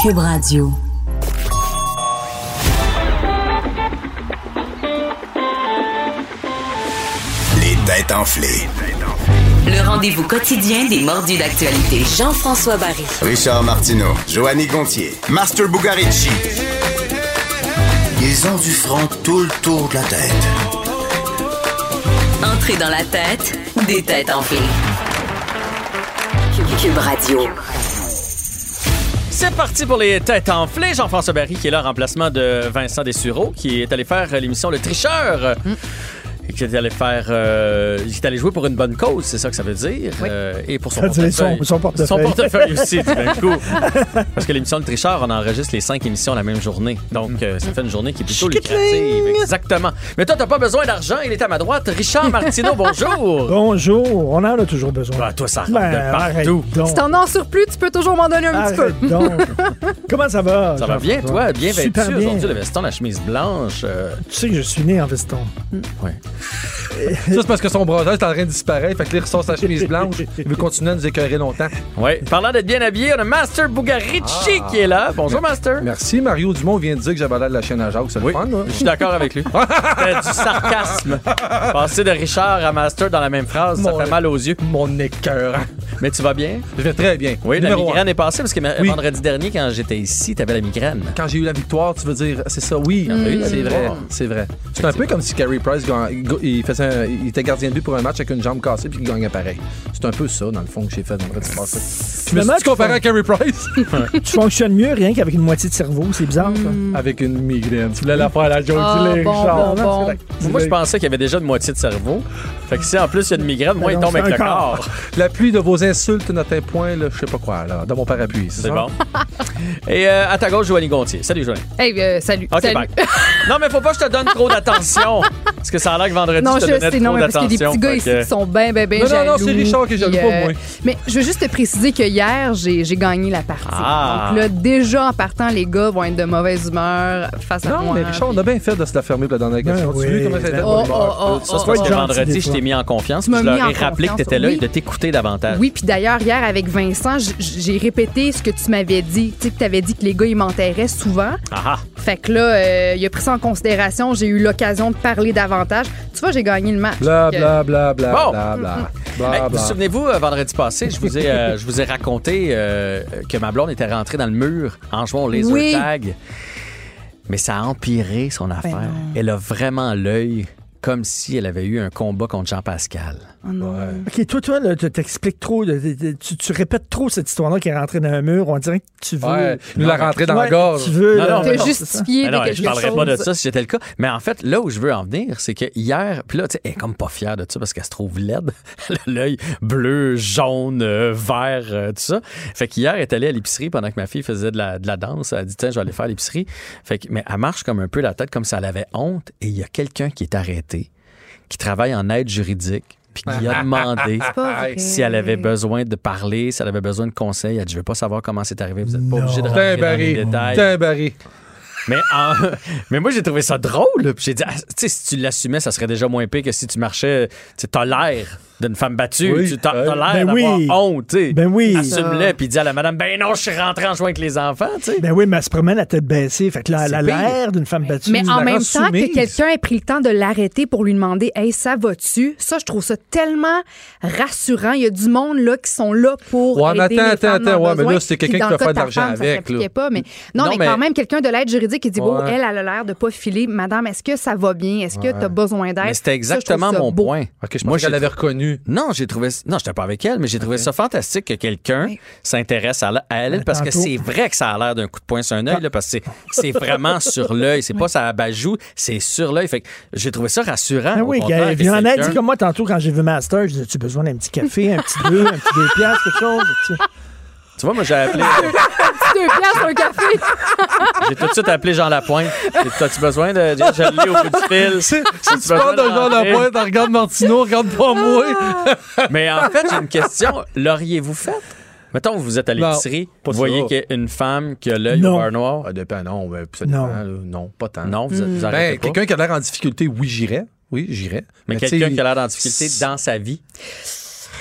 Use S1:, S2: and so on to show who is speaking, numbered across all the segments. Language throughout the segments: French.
S1: Cube Radio.
S2: Les têtes enflées.
S1: Le rendez-vous quotidien des mordus d'actualité. Jean-François Barry.
S2: Richard Martineau, Joanny Gontier, Master Bugarici. Ils ont du front tout le tour de la tête.
S1: Entrée dans la tête des têtes enflées. Cube, Cube Radio.
S3: C'est parti pour les têtes enflées. Jean-François Barry qui est là en remplacement de Vincent Dessureau qui est allé faire euh, l'émission Le Tricheur. euh, Et qui est allé faire. euh, qui est allé jouer pour une bonne cause, c'est ça que ça veut dire. Euh, et pour son
S4: Ça veut dire
S3: portefeuille.
S4: son- son portefeuille.
S3: Son portefeuille aussi, du même coup. Parce que l'émission Le Tricheur, on enregistre les cinq émissions la même journée.
S4: Mm.
S3: Donc, euh, ça fait une journée qui est plutôt lucrative. Exactement. Mais toi, t'as pas besoin d'argent. Il est à ma droite. Richard Martineau, bonjour.
S4: Bonjour, on en a toujours besoin.
S3: Bah, toi, ça rentre
S4: Ben,
S3: de partout.
S4: arrête donc.
S5: Si t'en as en surplus, tu peux toujours m'en donner un petit peu.
S4: Arrête donc. Comment ça va?
S3: Ça va bien, toi? Bien
S4: Super
S3: vêtu
S4: bien.
S3: aujourd'hui, le veston, la chemise blanche. euh,
S4: Tu sais que je suis né en veston.
S3: ouais.
S6: Ça, c'est parce que son bronzage est en train de disparaître. Fait que là, il ressort sa chemise blanche. Il veut continuer à nous écœurer longtemps.
S3: Ouais. Parlant d'être bien habillé, on a Master Bugarici qui est là. Bonjour, Master.
S6: Ah. Merci. Mario Dumont vient de dire que j'avais l'air de la chaîne à Jacques. C'est
S3: Oui,
S6: le fun, hein? là.
S3: je suis d'accord avec lui. C'était du sarcasme. Passer de Richard à Master dans la même phrase, ça
S6: Mon-
S3: fait mal aux yeux.
S6: Mon écœur.
S3: Mais tu vas bien?
S6: Je vais très bien.
S3: Oui, la
S6: Numéro un.
S3: migraine est passée parce que ma-
S6: Oui.
S3: vendredi dernier, quand j'étais ici, t'avais la migraine.
S6: Quand j'ai eu la victoire, tu veux dire, c'est ça, oui,
S3: eu Mm. la
S6: c'est
S3: victoire.
S6: vrai, c'est vrai. C'est un peu comme si Carey Price, gan- il, faisait un- il était gardien de but pour un match avec une jambe cassée puis il gagnait pareil. C'est un peu ça, dans le fond, que j'ai fait vendredi passé. Je me suis
S4: Finalement,
S6: dit, comparé
S4: tu
S6: à Carey Price
S4: tu fonctionnes mieux rien qu'avec une moitié de cerveau, c'est bizarre. ça.
S3: Mm.
S6: avec une migraine. Tu voulais la faire à la joke.
S5: Mm. Ah,
S6: dis-le,
S5: bon,
S4: hein,
S6: Richard.
S5: bon, bon.
S6: C'est vrai.
S3: Moi, je pensais qu'il y avait déjà une moitié de cerveau. Fait que si en plus il y a une migraine, moi, il
S6: Ben
S4: non,
S3: tombe
S4: c'est
S3: avec le
S4: un corps.
S3: corps.
S6: La pluie de vos insultes n'atteint point, là, je sais pas quoi, là, dans mon parapluie.
S3: C'est
S6: ça?
S3: bon. Et euh, à ta gauche, Joanie Gontier. Salut, Joanie.
S5: Hey, euh, salut.
S3: OK,
S5: salut.
S3: bye. Non, mais faut pas que je te donne trop d'attention. Parce que ça a l'air que vendredi,
S5: Non,
S3: je
S5: je
S3: te donnais
S5: sais, non,
S3: trop
S5: mais parce qu'il y a des
S3: d'attention.
S5: petits gars
S3: Fait
S5: ici
S3: que-
S5: qui sont ben, ben, ben
S6: Non, non, non,
S5: jaloux.
S6: c'est Richard qui est jaloux,
S5: Puis, euh,
S6: pas moi.
S5: Mais je veux juste te préciser que hier, j'ai j'ai gagné la partie.
S3: Ah.
S5: Donc là, déjà, en partant, les gars vont être de mauvaise humeur face à
S6: Non,
S5: moi.
S6: mais Richard, on a bien fait de se la fermer pour la dernière question.
S4: Ben
S6: tu as
S4: oui.
S6: vu comment ça a été
S4: Ben
S6: de bonne
S5: oui.
S6: humeur?
S5: Oh, oh, oh,
S3: Ah, Ça, c'est
S5: oh,
S3: parce
S4: oh.
S3: que
S4: Gentil,
S3: vendredi,
S4: des
S3: je t'ai
S4: fois.
S3: mis en confiance.
S5: Tu
S3: puis
S5: m'as
S3: Je leur
S5: mis en
S3: ai rappelé que
S5: confiance,
S3: tu étais là
S5: oui.
S3: et de t'écouter davantage.
S5: Oui, puis d'ailleurs, hier, avec Vincent, j- j'ai répété ce que tu m'avais dit. Tu sais, que tu avais dit que les gars, ils m'enterraient souvent.
S3: Ah ah.
S5: Fait que là, euh, il a pris ça en considération. J'ai eu l'occasion de parler davantage. Tu vois, j'ai gagné le match.
S6: Bla,
S5: Fait que-
S6: bla, bla, bla,
S3: Bon.
S6: bla, bla,
S5: Ah,
S6: bla,
S5: ben.
S3: Hey, vous
S6: bla.
S3: souvenez-vous, euh, vendredi passé, je vous ai, euh, je vous ai raconté euh, que ma blonde était rentrée dans le mur en jouant au laser
S5: Oui. Ben
S3: tag. Mais ça a empiré son affaire. elle a vraiment l'œil comme si elle avait eu un combat contre Jean Pascal.
S4: OK, toi, toi, là, tu t'expliques trop, de- de- de- tu, tu répètes trop cette histoire-là qui est rentrée dans un mur, on dirait que tu veux...
S6: Ouais, il nous
S3: Non,
S6: l'a rentré dans
S4: Ouais,
S6: la gorge.
S4: Tu veux...
S3: Non,
S4: là,
S3: non,
S5: T'as
S3: mais
S5: justifié
S3: Mais non,
S5: de quelque
S3: je parlerai
S5: chose.
S3: pas de ça si j'étais le cas. Mais en fait, là où je veux en venir, c'est que hier, puis là, tu sais, elle est comme pas fière de ça parce qu'elle se trouve laide. Elle a L'œil bleu, jaune, euh, vert, euh, tout ça. Fait qu'hier, elle est allée à l'épicerie pendant que ma fille faisait de la, de la danse. Elle a dit, tiens, je vais aller faire l'épicerie. Fait que, mais elle marche comme un peu la tête, comme si elle avait honte. Et il y a quelqu'un qui est arrêté, qui travaille en aide juridique, puis qui a demandé.
S6: vrai.
S3: Si elle avait besoin de parler, si elle avait besoin de conseils, elle dit Je veux pas savoir comment c'est arrivé, vous êtes pas obligé de rentrer
S6: T'es
S3: dans les
S6: barré.
S3: détails.
S6: T'es barré.
S3: Mais, en- mais moi, j'ai trouvé ça drôle. Puis j'ai dit, ah, tu sais, si tu l'assumais, ça serait déjà moins pire que si tu marchais. Tu sais, t'as l'air d'une femme battue.
S6: Oui,
S3: tu t'as, t'as
S6: euh,
S3: l'air
S4: ben
S3: d'avoir
S4: oui.
S3: honte. tu sais.
S4: Ben oui.
S3: Assume-le. Puis dis à la madame, ben non, je suis rentré en joint avec les enfants. tu sais.
S4: Ben oui, mais elle se promène à tête baissée. Fait que là, elle a
S3: C'est pire.
S4: l'air d'une femme battue.
S5: Mais en
S6: la
S5: même
S6: rends
S5: temps
S6: soumise.
S5: que quelqu'un ait pris le temps de l'arrêter pour lui demander Hey, ça va-tu? Ça, je trouve ça tellement rassurant. Il y a du monde là qui sont là pour.
S6: Ouais, mais
S5: aider
S6: attends,
S5: les femmes
S6: attends,
S5: dans
S6: attends.
S5: le
S6: Ouais, mais là,
S5: besoin.
S6: c'est
S5: Puis
S6: quelqu'un
S5: dans
S6: qui t'a
S5: le cas
S6: fait
S5: de
S6: de
S5: ta
S6: l'argent
S5: femme, ça
S6: avec,
S5: s'appliquait
S6: là.
S5: pas, mais... Non,
S3: Non,
S5: mais,
S3: mais-
S5: quand même, quelqu'un de l'aide juridique qui dit Wow,
S6: Ouais.
S5: elle, elle a l'air de pas filer. Madame, est-ce que ça va bien? Est-ce que tu as besoin d'aide?
S3: Mais c'était
S5: Ça, je trouve
S3: exactement
S5: ça
S3: mon
S5: beau.
S3: point.
S6: Ok, je
S3: Moi,
S6: pensais qu'elle
S3: j'ai-
S6: l'avait reconnu.
S3: Non, j'ai trouvé. Non, j'étais pas avec elle, mais j'ai trouvé ça fantastique que quelqu'un
S5: Oui.
S3: s'intéresse à, la- à elle parce que
S4: Ben, tantôt-
S3: c'est vrai que ça a l'air d'un coup de poing sur un
S5: Ah.
S3: œil, là, parce que c'est- c'est vraiment sur l'œil. C'est pas ça abajoue, c'est sur l'œil. Fait que j'ai trouvé ça rassurant.
S4: Ah
S3: au
S4: oui,
S3: contraire,
S4: elle
S3: que
S4: vient en aide.
S3: quelqu'un-
S4: Dis comme moi, tantôt, quand j'ai vu Master, je disais, tu as besoin d'un petit café, un petit deux, un petit deux piastres, quelque chose. tu sais.
S3: Tu vois, moi, j'ai appelé.
S5: Deux piastres, un café.
S3: J'ai tout de suite appelé Jean Lapointe. J'ai- T'as-tu besoin de. Je, je l'ai au bout du fil.
S6: Si
S3: As-tu
S6: tu parles de
S3: besoin de
S6: Jean
S3: rentrer?
S6: Lapointe, regarde Martino, regarde pas moi.
S3: Mais en fait, j'ai une question. L'auriez-vous faite? Mettons, vous êtes à l'épicerie,
S6: Non, pas
S3: vous voyez
S6: ça.
S3: qu'il y a une femme qui a l'œil au
S4: Non.
S3: beurre noir.
S6: Ah, dépend, non, mais ça
S4: Non.
S6: dépend, là. Non, pas tant.
S3: Non, vous, vous arrêtez
S6: Ben,
S3: pas.
S6: quelqu'un qui a l'air en difficulté, oui, j'irais. Oui, j'irais.
S3: Mais
S6: tu sais,
S3: quelqu'un qui a l'air en difficulté dans sa vie.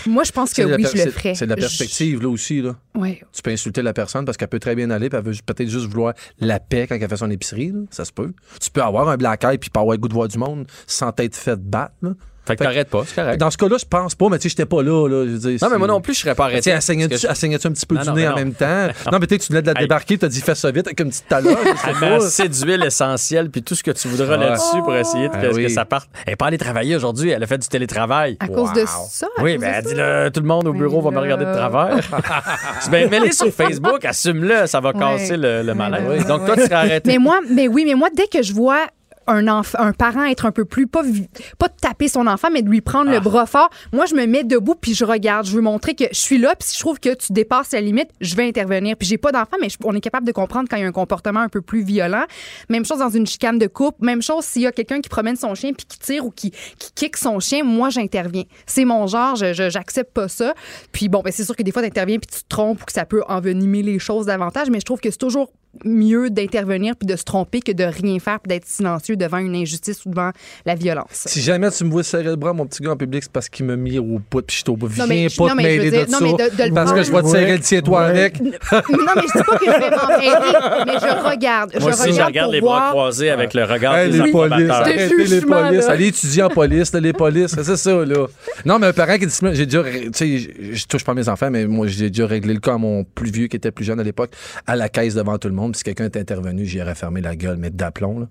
S5: Moi, je pense que
S6: C'est de la
S5: oui,
S6: per-
S5: je le
S6: c'est-
S5: ferais.
S6: C'est de la perspective, là aussi. Là.
S5: Je- ouais.
S6: Tu peux insulter la personne parce qu'elle peut très bien aller, puis elle veut ju- peut-être juste vouloir la paix quand elle fait son épicerie. là. Ça se peut. Tu peux avoir un black eye puis pas avoir le goût de voir du monde sans t'être fait battre. là.
S3: Fait que t'arrêtes pas, c'est correct.
S6: Dans ce cas-là, je pense pas, mais tu sais, j'étais pas là. là je veux dire,
S3: Non, mais moi
S6: c'est-
S3: non plus, je serais pas
S6: Tu
S3: arrêté.
S6: sais, elle saignait-
S3: Parce que
S6: elle saignait-tu un petit peu
S3: Non,
S6: du
S3: non,
S6: nez
S3: mais
S6: en
S3: non.
S6: même temps? Non, mais peut-être que tu venais de la
S3: Hey.
S6: débarquer, t'as dit fais ça vite avec une petite talon.
S3: Ah, Elle m'a d'huile essentielle puis tout ce que tu voudras
S6: Ouais.
S3: là-dessus pour essayer de
S6: Ah
S3: que,
S6: oui.
S3: que ça parte. Elle n'est pas allée travailler aujourd'hui, elle a fait du télétravail.
S5: À cause de ça? à
S3: Oui,
S5: cause
S3: ben
S5: de
S3: elle
S5: ça?
S3: dit là, tout le monde au
S5: Oui,
S3: bureau va me
S5: là.
S3: regarder de travers. ben, mets-les sur Facebook, assume-le, ça va
S5: Ouais.
S3: casser le, le
S5: Ouais,
S3: malaise.
S5: ouais, ouais,
S3: Donc toi, tu serais arrêté.
S5: Mais moi, mais oui, mais moi, dès que je vois un, enf- un parent être un peu plus, pas, vi- pas de taper son enfant, mais de lui prendre le bras fort, moi, je me mets debout puis je regarde. Je veux montrer que je suis là, puis si je trouve que tu dépasses la limite, je vais intervenir. Puis j'ai pas d'enfant, mais je- on est capable de comprendre quand il y a un comportement un peu plus violent. Même chose dans une chicane de couple. Même chose s'il y a quelqu'un qui promène son chien puis qui tire ou qui, qui kick son chien, moi, j'interviens. C'est mon genre, je- je- j'accepte pas ça. Puis bon, ben, c'est sûr que des fois, t'interviens puis tu te trompes ou que ça peut envenimer les choses davantage, mais je trouve que c'est toujours mieux d'intervenir puis de se tromper que de rien faire puis d'être silencieux devant une injustice ou devant la violence.
S6: Si jamais tu me vois serrer le bras, mon petit gars en public, c'est parce qu'il m'a mis au bout, puis je t'ai Viens
S5: mais je-
S6: pas
S5: non,
S6: te
S5: mais je
S6: mêler
S5: veux
S6: de,
S5: dire- non, mais de- de
S6: ça.
S5: le
S6: parce que
S5: prendre.
S6: je vais te serrer le tien, toi,
S4: Ouais.
S6: avec.
S5: Mais non, mais je dis pas que je vais m'en mêler, mais je regarde.
S3: Moi
S5: je
S3: aussi, je
S5: regarde,
S3: regarde
S5: pour
S3: les bras
S5: voir.
S3: croisés avec le regard
S6: Hey,
S3: des
S6: les polices,
S3: approbateurs.
S5: Des
S6: arrêtez les
S5: jugements,
S6: polices.
S5: là.
S6: Allez étudier en police, là, les polices. C'est ça, là. Non, mais un parent qui dit J'ai déjà. Tu sais, je- je touche pas mes enfants, mais moi, j'ai déjà réglé le cas à mon plus vieux qui était plus jeune à l'époque, à la caisse devant tout le monde. Puis si quelqu'un était intervenu, j'y aurais fermé la gueule, mais d'aplomb, là.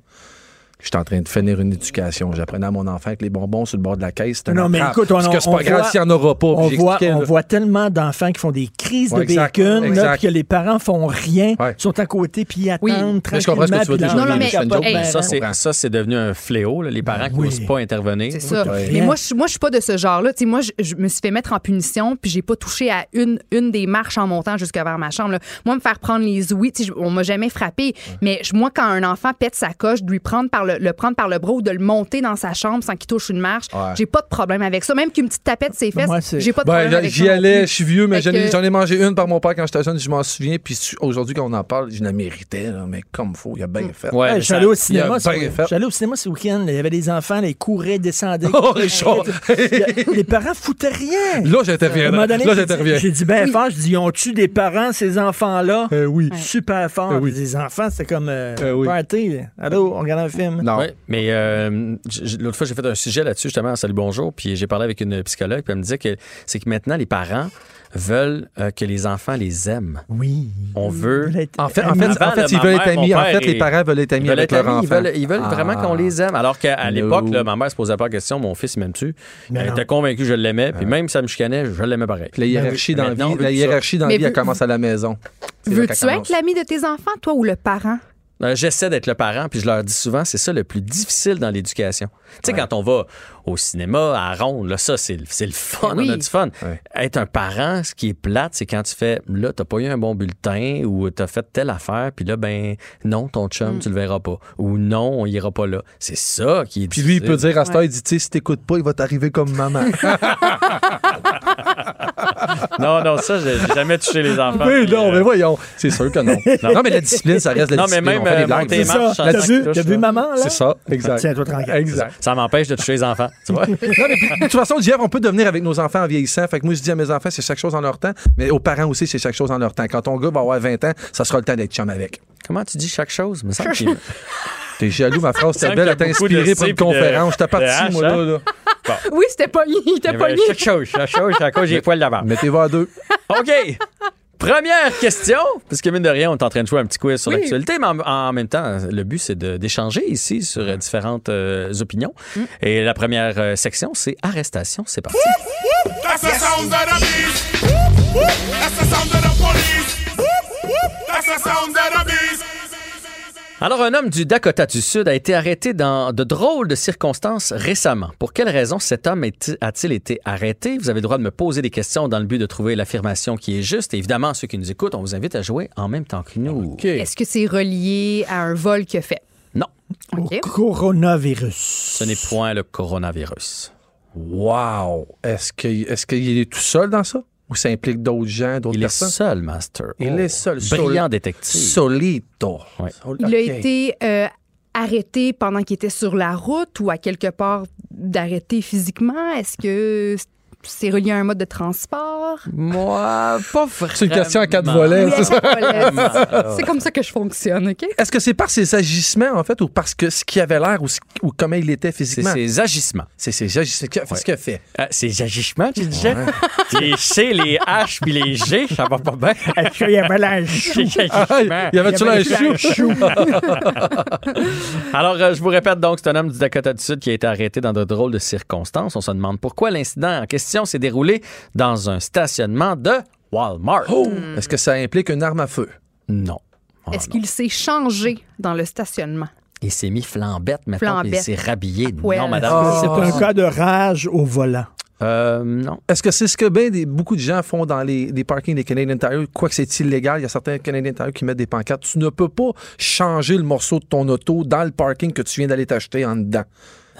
S6: J'étais en train de finir une éducation. J'apprenais à mon enfant que les bonbons sur le bord de la caisse, c'était
S4: Non, mais
S6: attrape.
S4: écoute, on-
S6: Parce que c'est
S4: on
S6: pas grave
S4: voit-
S6: s'il n'y en aura pas. Puis
S4: On voit,
S6: j'expliquais,
S4: on
S6: là.
S4: voit tellement d'enfants qui font des crises
S6: Ouais,
S4: de
S6: exact,
S4: bacon, là,
S6: exact.
S4: puis que les parents font rien,
S6: Ouais.
S4: ils sont à côté, puis ils
S5: Oui.
S4: attendent
S6: Mais je comprends ce que
S4: tranquillement,
S6: tu
S4: puis
S6: veux dire,
S4: l'enfant
S5: Non, non, mais-
S4: capote,
S5: hey,
S4: ben,
S3: Ça, c'est-
S6: comprends.
S3: Ça, c'est devenu un fléau, là, les
S6: Ah
S3: parents qui
S4: oui.
S3: n'osent pas intervenir.
S5: C'est ça.
S4: Ouais.
S5: Mais moi, je, moi, je suis pas de ce genre-là. Tu sais, moi, je, je me suis fait mettre en punition, puis j'ai pas touché à une, une des marches en montant jusqu'à vers ma chambre. là. Moi, me faire prendre les ouïes, tu sais, je- on m'a jamais frappé. Mais je- moi, quand un enfant pète sa coche, de lui prendre par le, le prendre par le bras ou de le monter dans sa chambre sans qu'il touche une marche, j'ai pas de problème avec ça. Même qu'une petite tapette ses fesses,
S4: Moi, c'est-
S5: j'ai pas de
S6: Ben,
S5: problème
S6: là,
S5: avec ça.
S6: j'y
S5: non
S6: allais,
S5: plus.
S6: je suis vieux, mais
S5: Fait
S6: j'en
S5: que-
S6: ai, j'en ai mangé une par mon père quand j'étais jeune, je m'en souviens. Puis su- aujourd'hui, quand on en parle, je la méritais, là, mais comme faut, il a bien fait.
S3: Ouais, mais
S4: Hey,
S3: ça-
S4: J'allais au
S6: il y
S4: cinéma,
S6: a
S4: ce-
S6: bien fait.
S4: j'allais au cinéma ce week-end. là, Il y avait des enfants, là, ils couraient, descendaient.
S6: Oh, Richard!
S4: les parents foutaient rien. À
S6: Là,
S4: un moment
S6: j'interviens.
S4: donné,
S6: Là,
S4: j'ai dit-
S6: j'interviens.
S4: J'ai dit, ben fort, je dis, ils ont tu des parents, ces enfants-là? oui. Super fort.
S6: Eh oui.
S4: Les enfants, c'était comme euh,
S6: Eh oui.
S4: party. là. Allô, on regarde un film.
S6: Non.
S3: Ouais, mais euh, j- j- l'autre fois, j'ai fait un sujet là-dessus, justement, à Salut Bonjour, puis j'ai parlé avec une psychologue, puis elle me disait que c'est que maintenant, les parents veulent euh, que les enfants les aiment.
S4: Oui.
S3: On veut...
S6: En fait, en
S4: Avant,
S6: fait, en fait
S3: là,
S6: ils
S3: ma
S6: veulent
S3: mère,
S6: être amis.
S3: mon
S6: En
S3: père
S6: fait, les
S3: est-
S6: parents veulent être amis
S3: Ils veulent,
S6: avec
S3: être
S6: leur
S3: amis,
S6: enfant.
S3: ils veulent, ils veulent
S6: Ah.
S3: vraiment qu'on les aime. Alors qu'à à
S6: No.
S3: l'époque, là, ma mère se posait pas la question, mon fils, il m'aime-tu?
S4: Mais
S3: Elle
S4: non.
S3: était convaincue que je l'aimais, puis même si ça me chicanait, je l'aimais pareil.
S6: Puis la hiérarchie dans la
S3: Maintenant, on
S6: vie,
S3: veut
S6: la
S3: tout ça.
S6: hiérarchie dans la
S5: Mais
S6: vie, elle
S5: veux-
S6: commence à la maison. C'est là
S5: Veux-tu
S6: qu'elle
S5: être
S6: commence.
S5: l'ami de tes enfants, toi, ou le parent?
S3: Euh, J'essaie d'être le parent, puis je leur dis souvent, c'est ça le plus difficile dans l'éducation. Tu sais, quand on va au cinéma, à la ronde, là, ça, c'est le c'est le fun,
S5: Oui.
S3: on a du fun.
S6: Ben Ouais.
S3: Être un parent, ce qui est plate, c'est quand tu fais, là, t'as pas eu un bon bulletin, ou t'as fait telle affaire, puis là, ben, non, ton chum,
S6: Hmm.
S3: tu le verras pas. Ou non, on ira pas là. C'est ça qui est
S6: Puis lui, il peut
S3: difficile.
S6: dire à ce temps, il dit, tu sais, si t'écoutes pas, il va t'arriver comme maman.
S3: Non, non, ça, j'ai j'ai jamais touché les enfants.
S6: Mais
S3: Puis,
S6: non,
S3: euh,
S6: mais voyons. C'est sûr que non. non, mais la discipline, ça reste la
S3: Non, mais même,
S6: discipline. on fait des
S3: euh,
S6: blagues,
S3: monter
S6: c'est
S3: les
S6: ça.
S3: marches,
S4: ça,
S3: la
S4: t'as vu,
S3: touche,
S4: t'as vu
S3: là.
S4: maman, là?
S6: C'est ça, exact.
S4: Tiens-toi tranquille.
S6: Exact.
S3: Ça m'empêche de toucher les enfants, tu vois.
S6: Non, mais puis, de toute façon, Jeff, on peut devenir avec nos enfants en vieillissant. Fait que moi, je dis à mes enfants, c'est chaque chose en leur temps, mais aux parents aussi, c'est chaque chose en leur temps. Quand ton gars va avoir 20 ans, ça sera le temps d'être chum avec.
S3: Comment tu dis chaque chose? Il me semble qu'il-
S6: T'es jaloux, ma phrase,
S3: Il me
S6: t'es
S3: semble
S6: belle,
S3: qu'il
S6: elle t'a
S3: y a beaucoup de
S6: inspiré pour
S3: C
S6: une
S3: puis de-
S6: conférence. J'étais
S3: de H, hein?
S6: parti, moi, là. là.
S5: Oui, c'était pas il était
S6: Eh
S3: Ben,
S5: pas
S3: chaque chose, chaque chose, chaque chose, j'ai les poils d'avant.
S6: Mettez-vous à deux.
S3: OK. Première question, parce que mine de rien, on est en train de jouer un petit quiz sur l'actualité, mais en, en même temps, le but, c'est de- d'échanger ici sur euh, différentes euh, opinions. Et la première euh, section, c'est arrestation. C'est parti.
S7: That's the sound of the beast. That's the sound of the police. That's the sound of the beast.
S3: Alors, un homme du Dakota du Sud a été arrêté dans de drôles de circonstances récemment. Pour quelle raison cet homme est- a-t-il été arrêté? Vous avez le droit de me poser des questions dans le but de trouver l'affirmation qui est juste. Et évidemment, ceux qui nous écoutent, on vous invite à jouer en même temps que nous.
S5: Est-ce que c'est relié à un vol qu'il a fait?
S3: Non,
S5: OK.
S4: Coronavirus.
S3: ce n'est point le coronavirus.
S6: Wow. Est-ce qu'il est, qu'il est tout seul dans ça? Ou ça implique d'autres gens, d'autres
S3: Il est
S6: personnes?
S3: seul, Master. Oh,
S6: Il est seul.
S3: Brillant
S6: Sol-
S3: détective.
S6: Solito.
S3: Ouais.
S6: Sol-
S5: Il
S6: OK.
S5: a été euh, arrêté pendant qu'il était sur la route ou à quelque part d'arrêté physiquement. Est-ce que c'est relié à un mode de transport.
S3: Moi, pas vraiment.
S6: C'est une question à quatre volets.
S3: Ben,
S5: Oui,
S6: c'est ça? Oh
S5: voilà. c'est comme ça que je fonctionne, OK?
S6: Est-ce que c'est par ses agissements, en fait, ou parce que ce qu'il avait l'air ou, ce- ou comment il était
S3: C'est
S6: physiquement?
S3: ses agissements.
S6: C'est ses agissements. Qu'est- Qu'est-ce qu'il a fait?
S3: Euh, ses agissements, tu disais? Les C, les H puis les G, ça va pas bien.
S4: Est-ce qu'il y avait la chou?
S3: Ses agissements.
S6: Il y avait-tu
S4: Il y
S6: un
S4: avait
S6: chou?
S4: la chou.
S3: Alors, euh, je vous répète donc, c'est un homme du Dakota du Sud qui a été arrêté dans de drôles de circonstances. On se demande pourquoi l'incident en question s'est déroulé dans un stationnement de Walmart.
S6: Oh! Est-ce que ça implique une arme à feu?
S3: Non. Ah,
S5: Est-ce
S3: non.
S5: qu'il s'est changé dans le stationnement?
S3: Il s'est mis flambette maintenant, puis il
S5: Flambette.
S3: s'est rhabillé.
S5: poil.
S3: Non, madame,
S6: Ah.
S3: c'est
S4: C'est
S3: pas
S4: un
S3: ça.
S4: cas de rage au volant.
S3: Euh, non.
S6: Est-ce que c'est ce que ben des- beaucoup de gens font dans les, les parkings des Canadian Tire? Quoique c'est illégal, il y a certains Canadian Tire qui mettent des pancartes. Tu ne peux pas changer le morceau de ton auto dans le parking que tu viens d'aller t'acheter en dedans.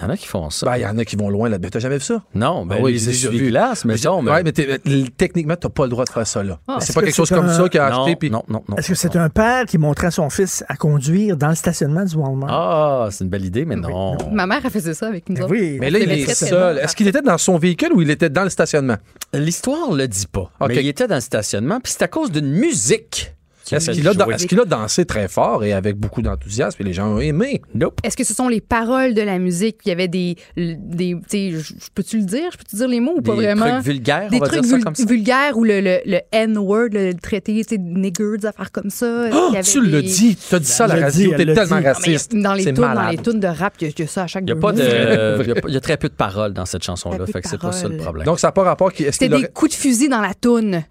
S3: Il y en a qui font ça.
S6: Ben, il y en a qui vont loin là-dedans. T'as jamais vu ça?
S3: non, ben,
S6: Ah oui,
S3: les
S6: j'ai déjà vu.
S3: essuie-glaces, mais non, mais-
S6: Ouais, mais t'es- l- techniquement, t'as pas le droit de faire ça
S5: Ah,
S6: là. c'est pas
S4: que
S6: quelque chose
S4: c'est
S6: comme
S4: un-
S6: ça qu'il a
S3: non,
S6: acheté. puis-
S3: non, non, non.
S4: Est-ce que c'est un père qui montrait son fils à conduire dans le stationnement du Walmart?
S3: Ah, c'est une belle idée, mais non.
S5: Ma mère a fait ça avec nous
S4: Ben
S5: autres.
S4: oui.
S6: Mais là, il
S5: C'est
S6: est
S5: très, très
S6: seul.
S5: bon.
S6: Est-ce qu'il était dans son véhicule ou il était dans le stationnement?
S3: L'histoire le dit pas.
S6: Ok.
S3: Mais il était dans le stationnement, puis c'est à cause d'une musique.
S6: Est-ce qu'il a, dan- est-ce qu'il a dansé très fort et avec beaucoup d'enthousiasme et les gens ont aimé?
S3: Nope.
S5: Est-ce que ce sont les paroles de la musique? Il y avait des. des tu sais, je- je peux-tu le dire? Je peux-tu dire les mots ou pas
S3: Des
S5: vraiment?
S3: trucs vulgaires,
S5: des
S3: on va
S5: trucs
S3: dire ça
S5: vul-
S3: comme ça.
S5: vulgaires ou le, le, le N-word, le traité, tu sais, nigger, des affaires comme ça.
S6: Oh,
S5: Il y avait
S6: tu le
S5: des-
S6: dis. Tu as dit ça à
S4: Elle
S6: la
S4: le dit,
S6: radio. T'es
S4: elle le
S6: tellement
S4: dit.
S6: raciste.
S5: Dans les
S6: C'est
S5: tunes, dans
S6: malade.
S5: les tunes de rap, il y a- il y a ça à chaque
S3: Il y a
S5: deux
S3: pas
S5: mots.
S3: de, euh, il y a pas- il y a très peu de paroles dans cette
S5: Très
S3: chanson-là,
S5: peu
S3: fait
S5: de
S3: que c'est pas ça le
S5: paroles.
S3: problème.
S6: Donc, ça n'a pas rapport. qui- Est-ce
S5: C'était
S6: qu'il
S5: des
S6: aurait...
S5: coups de fusil dans la toune.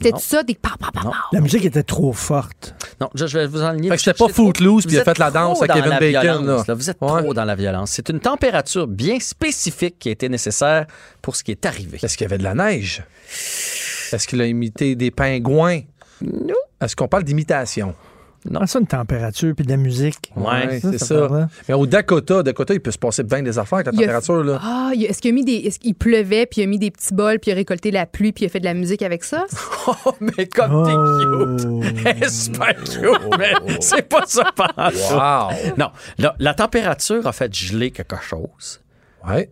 S5: C'était
S3: Non.
S5: tout ça, des pa pa pa
S3: Non.
S5: pa.
S4: La musique était trop forte.
S3: non, je, je vais vous enligner.
S6: Fait que
S3: Vous
S6: c'était pas
S3: cherchez trop-
S6: Footloose, puis
S3: vous
S6: il a fait
S3: êtes
S6: la danse
S3: trop
S6: à
S3: dans
S6: Kevin
S3: la
S6: Bacon,
S3: violence,
S6: là.
S3: Vous êtes
S6: Ouais.
S3: trop dans la violence. C'est une température bien spécifique qui a été nécessaire pour ce qui est arrivé.
S6: Est-ce qu'il y avait de la neige? Est-ce qu'il a imité des pingouins?
S3: Non.
S6: Est-ce qu'on parle d'imitation?
S4: Ah, ça, une température puis de la musique.
S3: Ouais,
S6: c'est ça.
S4: parle, hein?
S6: Mais au Dakota, Dakota, il peut se passer bien des affaires avec
S5: Il
S6: la
S5: a-
S6: température. Là.
S5: Ah, il- est-ce qu'il a mis des. Est-ce qu'il pleuvait, puis il a mis des petits bols, puis il a récolté la pluie, puis il a fait de la musique avec ça?
S3: Oh, mais comme
S4: Oh.
S3: t'es cute! Super cute! Mais c'est pas ça, pas
S5: Ah!
S6: Wow!
S3: Non, la, la température a fait geler quelque chose.
S6: Ouais.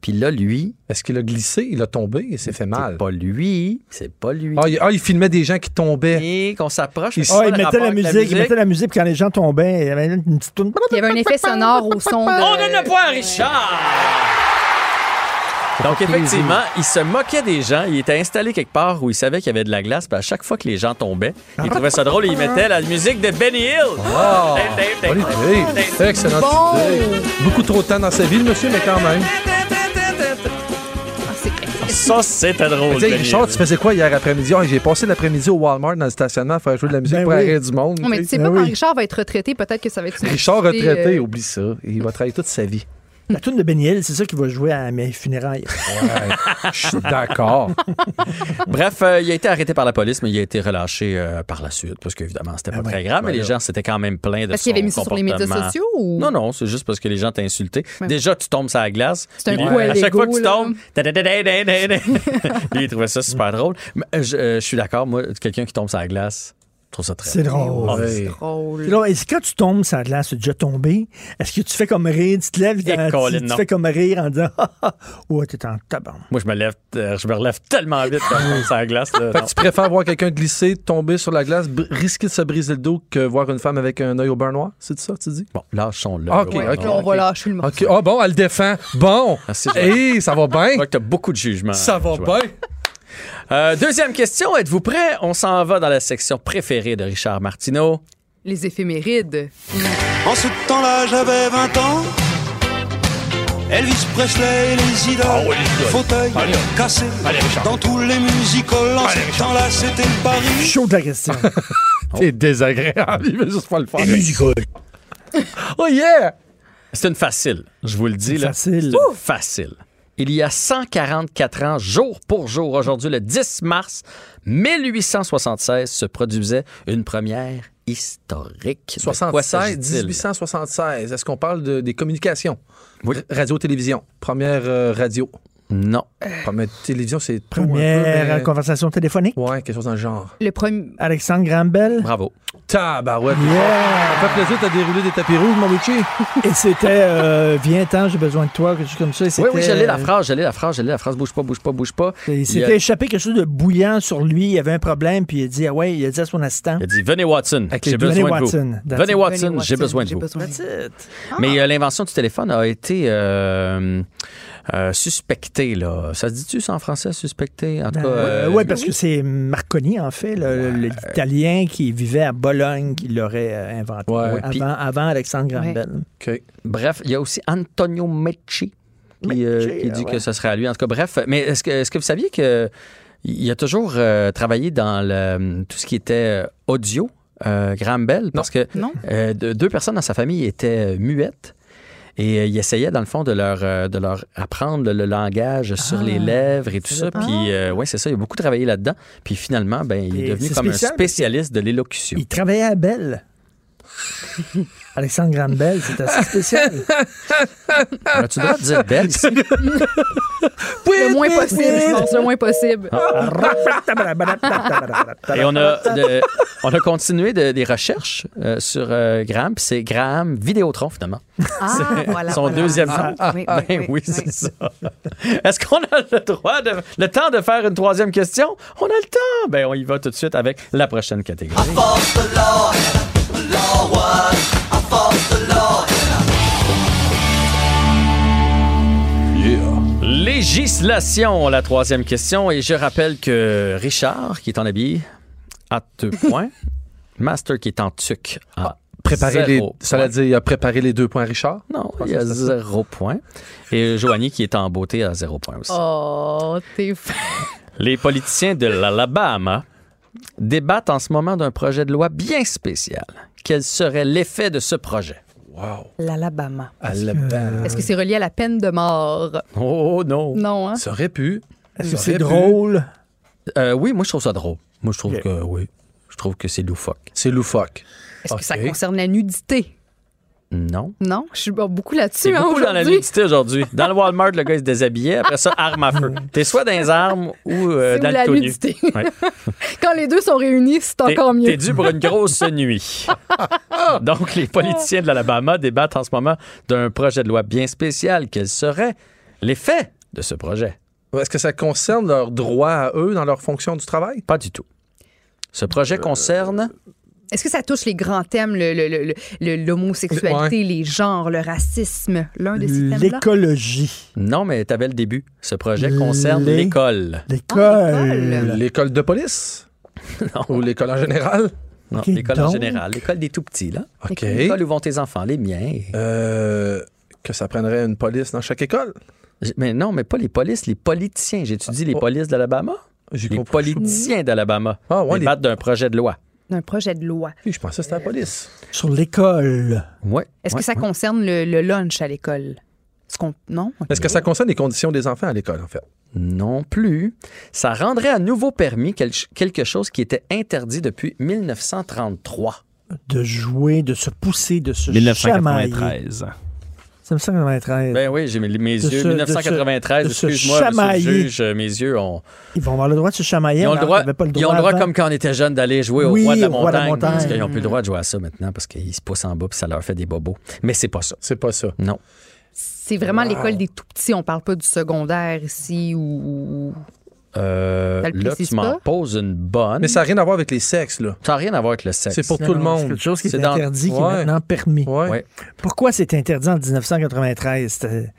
S3: Puis là, lui,
S6: Est-ce qu'il a glissé? Il a tombé? Il s'est fait mal.
S3: c'est pas lui, c'est pas lui.
S6: Ah, il, ah, il filmait des gens qui tombaient.
S3: Et qu'on s'approche.
S6: Il-
S3: c'est
S4: Ah,
S3: pas
S4: il
S3: le
S4: mettait
S3: rapport
S4: la
S3: avec
S4: musique, il mettait la musique, puis quand les gens tombaient, il y avait une petite toune.
S5: Il y avait un effet sonore au son de.
S3: On ne le point, Richard! Donc, effectivement, il se moquait des gens. Il était installé quelque part où il savait qu'il y avait de la glace. Puis à chaque fois que les gens tombaient,
S4: Ah.
S3: il trouvait ça drôle et il mettait la musique de Benny Hill.
S6: Ah!
S3: Ding, ding, ding.
S6: Bonne idée. Excellente
S5: Bon.
S6: idée. Beaucoup trop de temps dans sa vie, le monsieur, mais quand même.
S5: Ah, c'est vrai.
S3: Ça, c'était drôle.
S6: Tu sais,
S3: Benny
S6: Richard,
S3: Hill.
S6: tu faisais quoi hier après-midi? Ah, j'ai passé l'après-midi au Walmart dans le stationnement à faire jouer de la musique
S4: Ben
S6: pour
S4: oui.
S6: arrêter du monde.
S5: Ah, Non, mais tu sais pas,
S4: Ben
S5: quand
S4: oui.
S5: Richard va être retraité, peut-être que ça va être une
S6: Richard
S5: activité,
S6: retraité,
S5: euh,
S6: oublie ça. Il va travailler toute sa vie.
S4: La toune de Benny Hill, c'est ça qui va jouer à mes funérailles.
S6: Je suis d'accord.
S3: Bref, euh, il a été arrêté par la police, mais il a été relâché euh, par la suite parce qu'évidemment,
S6: Ah
S3: c'était pas très grave. mais les gens s'étaient quand même plaints de
S5: Parce qu'il
S3: son
S5: avait mis ça sur les médias
S3: comportement.
S5: sociaux ou-
S3: Non, non, c'est juste parce que les gens t'insultaient.
S5: Ouais.
S3: Déjà, tu tombes sur la glace.
S5: C'est un
S3: Puis,
S5: coup à
S3: À chaque
S5: l'ego,
S3: fois que tu
S5: là.
S3: tombes, ta-da-da-da-da-da-da. lui, il trouvait ça super drôle. Mais, euh, je, euh, je suis d'accord, moi, quelqu'un qui tombe sur la glace, je trouve ça très
S4: C'est drôle.
S3: Ah,
S6: Ouais.
S4: Puis
S5: drôle.
S4: là, est-ce que quand tu tombes sur la glace, tu es déjà tombé, est-ce que tu fais comme rire, tu te lèves,
S3: Eh,
S4: dans-
S3: Colin,
S4: tu, tu
S3: non.
S4: fais comme rire en disant « Ouais, t'es en tabarn.
S3: Moi, je me lève, euh, je me relève tellement vite quand je tombe sur la glace. là.
S6: Fait
S3: Non.
S6: que tu préfères voir quelqu'un glisser, tomber sur la glace, br- risquer de se briser le dos que voir une femme avec un œil au beurre noir? C'est ça, tu dis?
S3: Bon, lâchons-le.
S6: Ah, ok,
S3: Ouais,
S5: Là,
S6: ok.
S3: non.
S5: on
S3: Ah,
S5: va lâcher le morceau.
S6: OK. Ah bon, elle défend. Bon.
S3: Merci, Joël.
S6: Hé, ça va
S3: Je
S6: bien.
S3: vois que t'as beaucoup de jugements.
S6: Ça va
S3: Joël.
S6: bien.
S3: Euh, deuxième question, êtes-vous prêts? On s'en va dans la section préférée de Richard Martineau.
S5: Les éphémérides.
S8: En ce temps-là, j'avais 20 ans. Elvis Presley, Ah les idoles, fauteuil cassé dans tous les musicals. En ce temps-là, c'était le Paris.
S4: Chaud de la question.
S6: T'es
S3: Oh.
S6: désagréable. Il veut juste pas le faire. Oh yeah!
S3: C'est une facile, je vous le dis.
S4: Une
S3: là.
S4: facile.
S3: C'est une facile. Il y a 144 ans, jour pour jour, aujourd'hui, le 10 mars 1876, se produisait une première historique. De quoi
S6: 76,
S3: s'agit-il?
S6: 1876. Est-ce qu'on parle de- des communications?
S3: Oui.
S6: Radio-télévision. Première euh, radio.
S3: Non.
S6: Première télévision, c'est tout un peu,
S4: Première
S6: mais-
S4: conversation téléphonique.
S6: Ouais, quelque chose dans le genre.
S5: Le premier.
S4: Alexandre Grambel.
S3: Bravo.
S6: Tabarouette.
S4: Yeah!
S6: Ça fait plaisir, t'as déroulé des tapis rouges, mon Richie.
S4: Et c'était euh, Viens-t'en, j'ai besoin de toi, quelque chose comme ça. Et
S3: Oui,
S4: c'était-
S3: oui, j'allais la phrase, j'allais la phrase, j'allais la phrase, bouge pas, bouge pas, bouge pas.
S4: Il s'était
S3: a-
S4: échappé quelque chose de bouillant sur lui. Il avait un problème, puis il a dit Ah ouais, il a dit à son assistant.
S3: Il a dit Venez Watson,
S4: Avec les
S3: j'ai
S4: deux.
S3: besoin
S4: Venez
S3: de
S4: Watson,
S3: vous.
S4: that's
S3: Venez
S4: it.
S3: Watson, j'ai besoin de
S5: j'ai
S3: vous.
S5: besoin de vous.
S4: Ah.
S3: Mais euh, l'invention du téléphone a été euh, euh, suspectée, là. Ça se dit-tu ça en français, suspectée? En tout cas, euh,
S4: oui, Ben parce que c'est Marconi, en fait, le- le- l'Italien qui vivait à Bologne, qui l'aurait euh, inventé
S6: Ouais.
S4: avant,
S3: Puis-
S4: avant Alexandre
S5: Ouais.
S4: Grambel.
S6: OK.
S3: Bref, il y a aussi Antonio Mecci qui, euh,
S4: Mecci, ah
S3: qui dit
S4: ouais.
S3: que ce serait à lui. En tout cas, bref. Mais est-ce que, est-ce que vous saviez que il a toujours euh, travaillé dans le- tout ce qui était euh, audio, euh, Grambel, parce que
S5: Non.
S3: euh, de- deux personnes dans sa famille étaient euh, muettes. Et euh, il essayait, dans le fond, de leur, euh, de leur apprendre le, le langage sur les lèvres et tout ça. Puis, euh, ouais, c'est ça. Il a beaucoup travaillé là-dedans. Puis finalement, ben, il est
S4: Et
S3: devenu
S4: c'est
S3: comme
S4: spécial,
S3: un spécialiste de l'élocution.
S4: Il travaillait à Belle. Alexandre Grambel, c'est assez spécial.
S3: tu dois dire Ben, belle ici.
S5: Le moins possible, je pense, le moins possible.
S3: Ah. Et on a, de- on a continué de- des recherches euh, sur euh, Graham, puis c'est Graham Vidéotron, finalement.
S5: Ah, voilà.
S3: Son
S5: voilà.
S3: deuxième
S5: Ah,
S3: nom.
S5: oui,
S3: Ben oui, c'est ça. Est-ce qu'on a le droit, de, le temps de faire une troisième question? On a le temps. Ben, on y va tout de suite avec la prochaine catégorie. Législation, la troisième question. Et je rappelle que Richard, qui est en habillé, à deux points. Master, qui est en tuc, à
S6: Préparer les,
S3: zéro
S6: ça
S3: point.
S6: l'a dit, il a préparé les deux points à Richard.
S3: Non, il y a zéro point. Et Joanie qui est en beauté à zéro point aussi.
S5: Oh, t'es fin.
S3: Les politiciens de l'Alabama débattent en ce moment d'un projet de loi bien spécial. Quel serait l'effet de ce projet?
S5: L'Alabama.
S6: Alabama.
S5: Est-ce que c'est relié à la peine de mort?
S3: Oh non!
S5: Non, hein?
S6: Ça aurait pu.
S4: Est-ce que
S6: Ça
S4: c'est
S6: aurait pu.
S4: drôle?
S3: Euh, oui, moi je trouve ça drôle. Moi je trouve que oui. Je trouve que c'est loufoque.
S6: C'est loufoque.
S5: Est-ce que ça
S6: Ok.
S5: concerne la nudité?
S3: Non.
S5: Non, je suis bon, beaucoup
S3: C'est
S5: là-dessus hein,
S3: beaucoup dans la
S5: aujourd'hui.
S3: nudité aujourd'hui. Dans le Walmart, le gars il se déshabillait. Après ça, arme à feu. T'es soit dans les armes ou euh,
S5: Mm. C'est
S3: dans
S5: ou
S3: le
S5: la
S3: tout nu.
S5: nudité.
S3: Ouais.
S5: Quand les deux sont réunis, c'est
S3: T'es-
S5: encore mieux.
S3: T'es dû pour une grosse nuit. Donc, les politiciens de l'Alabama débattent en ce moment d'un projet de loi bien spécial. Quel serait l'effet de ce projet?
S6: Est-ce que ça concerne leurs droits à eux dans leur fonction du travail?
S3: Pas du tout. Ce projet concerne.
S5: Est-ce que ça touche les grands thèmes, le- le- le- le- l'homosexualité, les genres, le racisme, l'un de ces thèmes-là?
S4: L'écologie.
S3: Non, mais t'avais le début. Ce projet concerne
S4: Les-
S3: l'école.
S4: L'école.
S6: L'école de police? Ou l'école en général?
S3: Non,
S4: Ok,
S3: l'école en
S4: donc.
S3: général. L'école des tout petits, là.
S6: OK.
S3: L'école où vont tes enfants, les miens.
S6: Euh, que ça prendrait une police dans chaque école?
S3: J- Mais non, mais pas les polices, les politiciens. J'étudie les
S6: oh.
S3: polices d'Alabama.
S6: J'ai
S3: Les
S6: compris.
S3: politiciens d'Alabama
S6: Ah, ouais, les-
S3: débattent d'un projet de loi.
S5: D'un projet de loi.
S6: Je pensais que c'était la police.
S4: Sur l'école.
S3: Ouais.
S5: Est-ce
S3: ouais,
S5: que ça
S3: ouais.
S5: concerne le, le lunch à l'école? Est-ce qu'on... Non?
S6: Est-ce que ça concerne les conditions des enfants à l'école, en fait?
S3: Non plus. Ça rendrait à nouveau permis quel- quelque chose qui était interdit depuis 1933.
S4: De jouer, de se pousser, de se chamailler.
S9: 1993.
S4: 1993.
S3: Ben oui, j'ai mes, mes
S4: De
S3: yeux.
S4: se- de
S3: 1993,
S4: se- de se
S3: excuse-moi, monsieur le
S4: chamailler.
S3: juge, euh, mes yeux ont.
S4: Ils vont avoir le droit de se chamailler.
S3: Ils ont le
S4: alors
S3: droit,
S4: qu'ils n'avaient pas le droit
S3: ils ont le droit
S4: avant.
S3: comme quand on était jeune, d'aller jouer au
S4: Oui,
S3: roi de la
S4: au roi de la
S3: montagne.
S4: montagne.
S3: Parce qu'ils n'ont plus le droit de jouer à ça maintenant parce qu'ils se poussent en bas puis ça leur fait des bobos. Mais c'est pas ça.
S6: C'est pas ça.
S3: Non.
S5: C'est vraiment l'école des tout-petits. On parle pas du secondaire ici ou... ou-
S3: Euh,
S5: Ça le
S3: là,
S5: précise
S3: tu m'en
S5: pas?
S3: poses une bonne.
S6: Mais ça n'a rien à voir avec les sexes, là.
S3: Ça n'a rien à voir avec le sexe.
S6: C'est pour
S4: Non,
S6: tout le
S4: non,
S6: monde.
S4: C'est quelque chose qui
S3: C'est
S4: est,
S3: dans-
S4: interdit, qui est
S6: Ouais.
S4: maintenant permis.
S6: Ouais.
S3: Ouais.
S4: Pourquoi c'est interdit en 1993? C'était-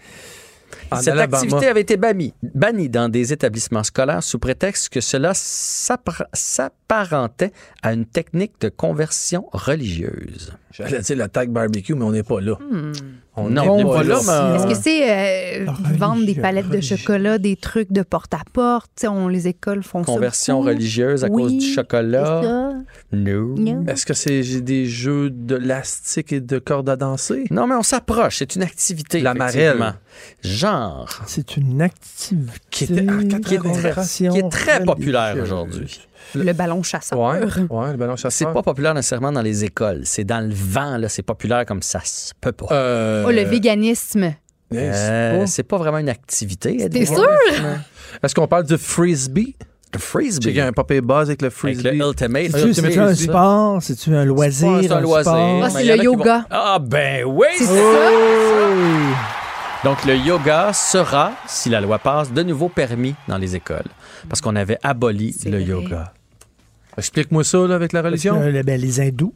S6: En
S3: Cette
S6: Alabama.
S3: activité avait été bannie, bannie dans des établissements scolaires sous prétexte que cela s'appar- s'apparentait à une technique de conversion religieuse.
S6: J'allais dire la tag barbecue, mais on n'est pas là. Hmm. On
S3: Non,
S6: n'est
S3: on n'est
S6: pas
S3: pas
S6: là.
S3: là, mais-
S5: Est-ce que c'est euh,
S4: religieux,
S5: vendre des palettes de
S4: religieux.
S5: chocolat, des trucs de porte-à-porte? Tu sais, On, les écoles font ça
S3: Conversion
S5: beaucoup.
S3: religieuse à
S5: Oui,
S3: cause du
S5: C'est
S3: chocolat.
S5: ça.
S3: No.
S5: Non.
S6: Est-ce que c'est j'ai des jeux de lastique et de cordes à danser?
S3: Non, mais on s'approche. C'est une activité.
S6: La
S3: effectivement.
S6: marelle.
S3: Genre.
S4: C'est une activité
S6: Qui
S3: ah,
S6: était en
S4: de
S6: 93,
S4: conversion
S3: Qui est très
S4: religieuse.
S3: populaire aujourd'hui.
S5: Le ballon chasseur.
S6: Ouais, ouais, le ballon
S3: C'est
S6: chasseur.
S3: pas populaire nécessairement dans les écoles. C'est dans le vent, là. C'est populaire comme ça se peut pas.
S6: Euh,
S5: Oh, le Oh, véganisme.
S3: Euh,
S6: Oh.
S3: c'est pas vraiment une activité. être
S5: T'es
S3: joueur.
S5: sûr?
S6: Est-ce qu'on parle du frisbee?
S3: Le
S6: Tu sais qu'il
S3: frisbee.
S6: y a un papier buzz avec le
S3: Avec
S6: frisbee.
S3: le ultimate.
S4: C'est-tu c'est-tu un sport? C'est-tu un loisir?
S3: C'est un loisir.
S4: sport?
S5: Ah, c'est
S3: Mais il y en
S5: le
S3: a qui vont-
S5: yoga.
S3: Ah, ben oui!
S5: C'est ça?
S3: Donc, le yoga sera, si la loi passe, de nouveau permis dans les écoles. Parce qu'on avait aboli le
S5: vrai.
S3: yoga.
S6: Explique-moi ça là, avec la
S4: Parce que,
S6: religion.
S4: euh, ben, les hindous.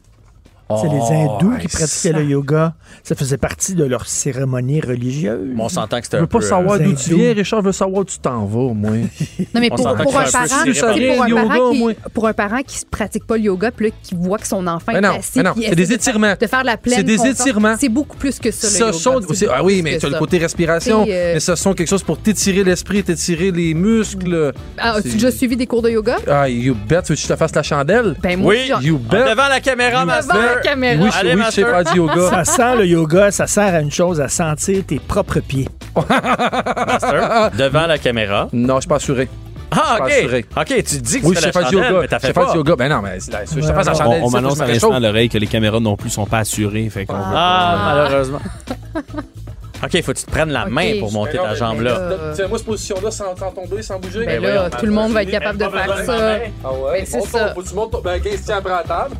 S4: C'est les
S3: Oh,
S4: hindous qui
S3: hey,
S4: pratiquaient
S3: ça.
S4: le yoga. Ça faisait partie de leur cérémonie religieuse.
S3: Bon, on s'entend que c'était
S6: Je
S3: un
S6: veux
S3: peu...
S6: pas savoir
S4: euh,
S6: d'où
S4: c'est
S6: tu viens, Richard. Je veux savoir où tu t'en vas, au moins.
S5: Non, mais
S3: On
S5: pour,
S3: s'entend
S5: pour
S3: que
S5: un
S3: c'est un peu
S5: parent,
S3: si
S5: tu sais,
S6: répandu.
S5: pour, un
S6: Yoga,
S5: parent
S6: moi.
S5: qui, pour un parent qui se pratique pas le yoga, puis là, qui voit que son enfant
S6: Mais
S5: est
S6: non,
S5: assis,
S6: mais non.
S5: puis
S6: C'est
S5: essaie
S6: des
S5: de faire-
S6: étirements.
S5: De faire la pleine
S6: C'est des
S5: conscience.
S6: étirements.
S5: C'est beaucoup plus que ça, le
S6: Ce
S5: yoga.
S6: sont,
S5: C'est
S6: c'est- ah
S5: beaucoup
S6: oui,
S5: plus
S6: mais
S5: que
S6: tu as le
S5: ça.
S6: côté respiration,
S5: C'est, euh,
S6: mais ce sont quelque chose pour t'étirer l'esprit, t'étirer les muscles.
S5: Ah, as-tu
S6: C'est-
S5: déjà suivi des cours de yoga?
S6: Ah, you bet, tu veux que je te fasse la chandelle?
S5: Ben moi,
S3: Oui,
S5: aussi, j'en-
S6: you
S3: en
S6: bet.
S3: devant la caméra,
S5: Devant
S3: master.
S5: la caméra.
S6: Oui, je-
S3: Allez,
S6: oui, je sais
S3: master.
S6: faire du
S4: Ça
S6: yoga.
S4: sent le yoga, ça sert à une chose, à sentir tes propres pieds.
S3: Master, Devant la caméra.
S6: Non, je suis pas assuré.
S3: Ah,
S6: Je suis pas
S3: OK.
S6: assuré.
S3: OK, tu dis que
S6: Oui, je
S3: c'est
S6: sais
S3: la
S6: faire du
S3: chandelle,
S6: yoga.
S3: mais t'as
S6: Je
S3: fait
S6: sais faire
S3: pas.
S6: du yoga. Ben non, mais c'est- je te fasse la chandelle.
S9: On, on
S6: ça,
S9: m'annonce
S6: je
S9: à
S6: me
S9: l'instant
S6: réchauffe.
S9: à l'oreille que les caméras non plus sont pas assurées. Fait qu'on veut pas- euh,
S3: Ah, malheureusement. OK, faut que tu te prennes la
S5: Ok,
S3: main pour
S5: je-
S3: monter ta jambe-là.
S5: Euh,
S6: Tiens-moi cette position-là sans, sans tomber, sans bouger.
S5: ben là, tout le monde va être capable de faire ça.
S6: Ah ouais,
S5: Ben, c'est
S6: monte ton-
S5: ça.
S6: faut que tu montes ton- ben, Gaze, tiens, prends la table.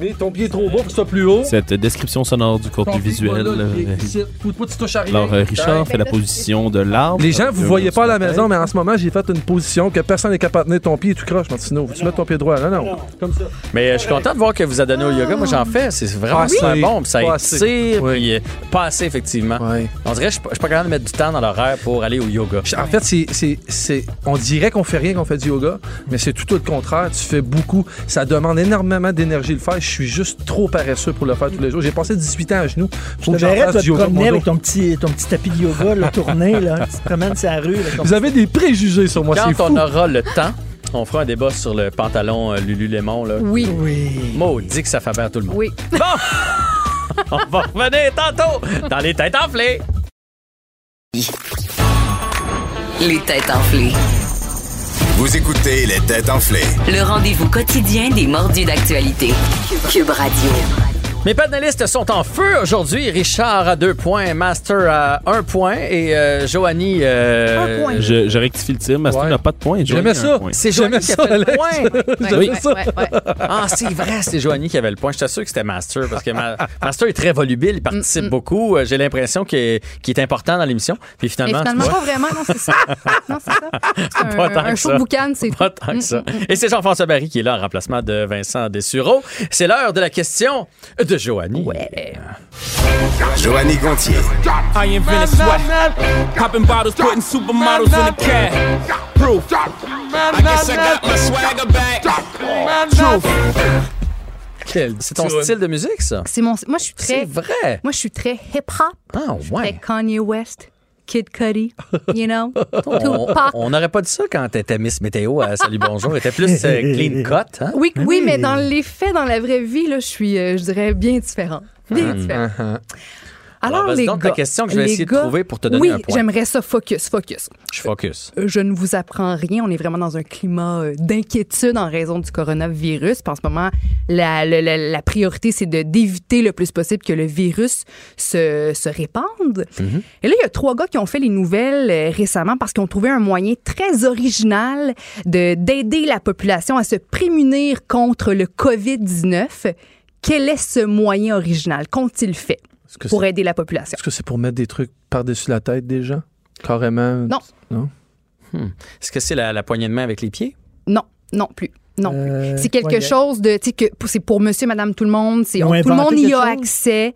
S6: Mais ton pied est trop bas, faut que tu sois plus haut.
S9: Cette description sonore du
S6: Ton
S9: contenu
S6: pied,
S9: visuel.
S6: voilà, le pied
S9: euh,
S6: ici. Faut pas que tu touches à rien.
S9: Alors, euh, Richard fait la
S5: Ben,
S9: position de l'arbre. Euh,
S6: Les gens, vous
S9: Deux
S6: voyez
S9: minutes
S6: pas à la
S9: sur
S6: maison, mais en ce moment, j'ai fait une position que personne n'est capable de tenir ton pied et tu croches, Martino. Faut-tu mettre ton pied droit? Non, non. Comme ça.
S3: Mais euh, je suis content de voir que vous a donné au yoga. Moi, j'en fais. C'est vraiment
S6: Pas
S3: c'est un
S6: assez.
S3: bon. puis Ça
S6: Pas
S3: étire.
S6: assez. Oui.
S3: puis, euh, Pas assez, effectivement.
S6: Ouais.
S3: On dirait que je suis pas- je suis pas capable de mettre du temps dans l'horaire pour aller au yoga.
S6: Je- En fait, c'est, c'est, c'est- on dirait qu'on fait rien, qu'on fait du yoga, mais c'est tout, le contraire. Tu fais beaucoup. Ça demande énormément d'énergie de le faire. Je suis juste trop paresseux pour le faire tous les jours. J'ai passé 18 ans à genoux. Faut
S4: Tu
S6: que j'en
S4: devrais
S6: fasse
S4: te
S6: du yoga.
S4: promener
S6: mon
S4: avec
S6: dos.
S4: ton petit, ton petit tapis de yoga, le tourner, là. Tu te promènes sur la rue. là, comme-
S6: Vous avez des préjugés sur moi, c'est
S3: Quand
S6: fou.
S3: on aura le temps, on fera un débat sur le pantalon euh, Lululemon.
S6: Mm.
S3: Là.
S5: Oui,
S4: Oui.
S3: Maudit que ça fait peur à tout le monde.
S5: oui.
S3: On va revenir tantôt dans les têtes enflées.
S1: Les têtes enflées.
S2: Vous écoutez les têtes enflées.
S1: Le rendez-vous quotidien des mordus d'actualité. Cube Radio.
S3: Mes panélistes sont en feu aujourd'hui. Richard à deux points, Master à un point et euh, Joanie. euh,
S5: Un point.
S9: Je, je rectifie le tir, Master
S6: Ouais.
S9: n'a pas de point. Johnny
S6: J'aimais
S9: a un
S6: ça.
S9: point.
S3: C'est Joanie qui a fait le point.
S5: Ouais,
S9: Oui.
S5: ouais, ouais, ouais.
S3: Ah, c'est vrai, c'est Joanie qui avait le point. J'étais sûr que c'était Master parce que Ma- Master est très volubile, il
S5: Mm,
S3: participe beaucoup. Euh, J'ai l'impression qu'il est, qu'il est important dans l'émission. Puis
S5: Mais
S3: finalement,
S5: finalement,
S3: tu vois,
S5: pas vraiment, non, c'est ça. Non, c'est ça. C'est
S3: Pas
S5: un,
S3: tant
S5: un
S3: que
S5: show
S3: ça.
S5: de boucan, c'est
S3: Pas
S5: tout. Mm,
S3: tant que ça. Et c'est Jean-François Barry qui est là en remplacement de Vincent Dessureau. C'est l'heure de la question de Joanie.
S2: Joanny Gontier.
S7: I invented sweat. Popping bottles, putting supermodels in the cab. Proof. I guess I got my swagger back. Truth.
S3: C'est ton style de musique, ça?
S5: C'est mon, moi, je suis
S3: C'est
S5: très,
S3: vrai.
S5: moi, je suis très hip-hop.
S3: Ah,
S5: Très
S3: ouais.
S5: Kanye West, Kid Cudi, you know,
S3: On
S5: Tupac.
S3: on n'aurait pas dit ça quand t'étais Miss Météo à Salut Bonjour. T'étais plus euh, clean cut. Hein?
S5: Oui, oui, mais dans les faits, dans la vraie vie, là, je suis, euh, je dirais, bien différente.
S3: Hmm.
S5: Bien différente.
S3: Uh-huh. Alors, vas-y donc, ta question que je vais
S5: les
S3: essayer de trouver pour te donner
S5: oui,
S3: un point.
S5: j'aimerais ça focus, focus.
S3: Je focus.
S5: Euh, Je ne vous apprends rien. On est vraiment dans un climat euh, d'inquiétude en raison du coronavirus. Puis En ce moment, la, la- la- la priorité, c'est de d'éviter le plus possible que le virus se, se répande. Et là, il y a trois gars qui ont fait les nouvelles euh, récemment parce qu'ils ont trouvé un moyen très original de- d'aider la population à se prémunir contre le COVID-19. Quel est ce moyen original? Qu'ont-ils fait
S6: Est-ce que,
S5: pour
S6: c'est,
S5: aider la population?
S6: est-ce que c'est pour mettre des trucs par-dessus la tête des gens? Carrément.
S5: Non.
S3: Est-ce que c'est la, la poignée de main avec les pieds?
S5: Non, non plus. Non. plus.
S4: Euh,
S5: C'est quelque
S4: ouais,
S5: chose de, tu sais, que pour- c'est pour monsieur, madame, tout le monde. C'est,
S4: Ils
S5: on-
S4: ont
S5: tout le monde
S4: inventé
S5: y
S4: quelque
S5: a
S4: chose?
S5: accès.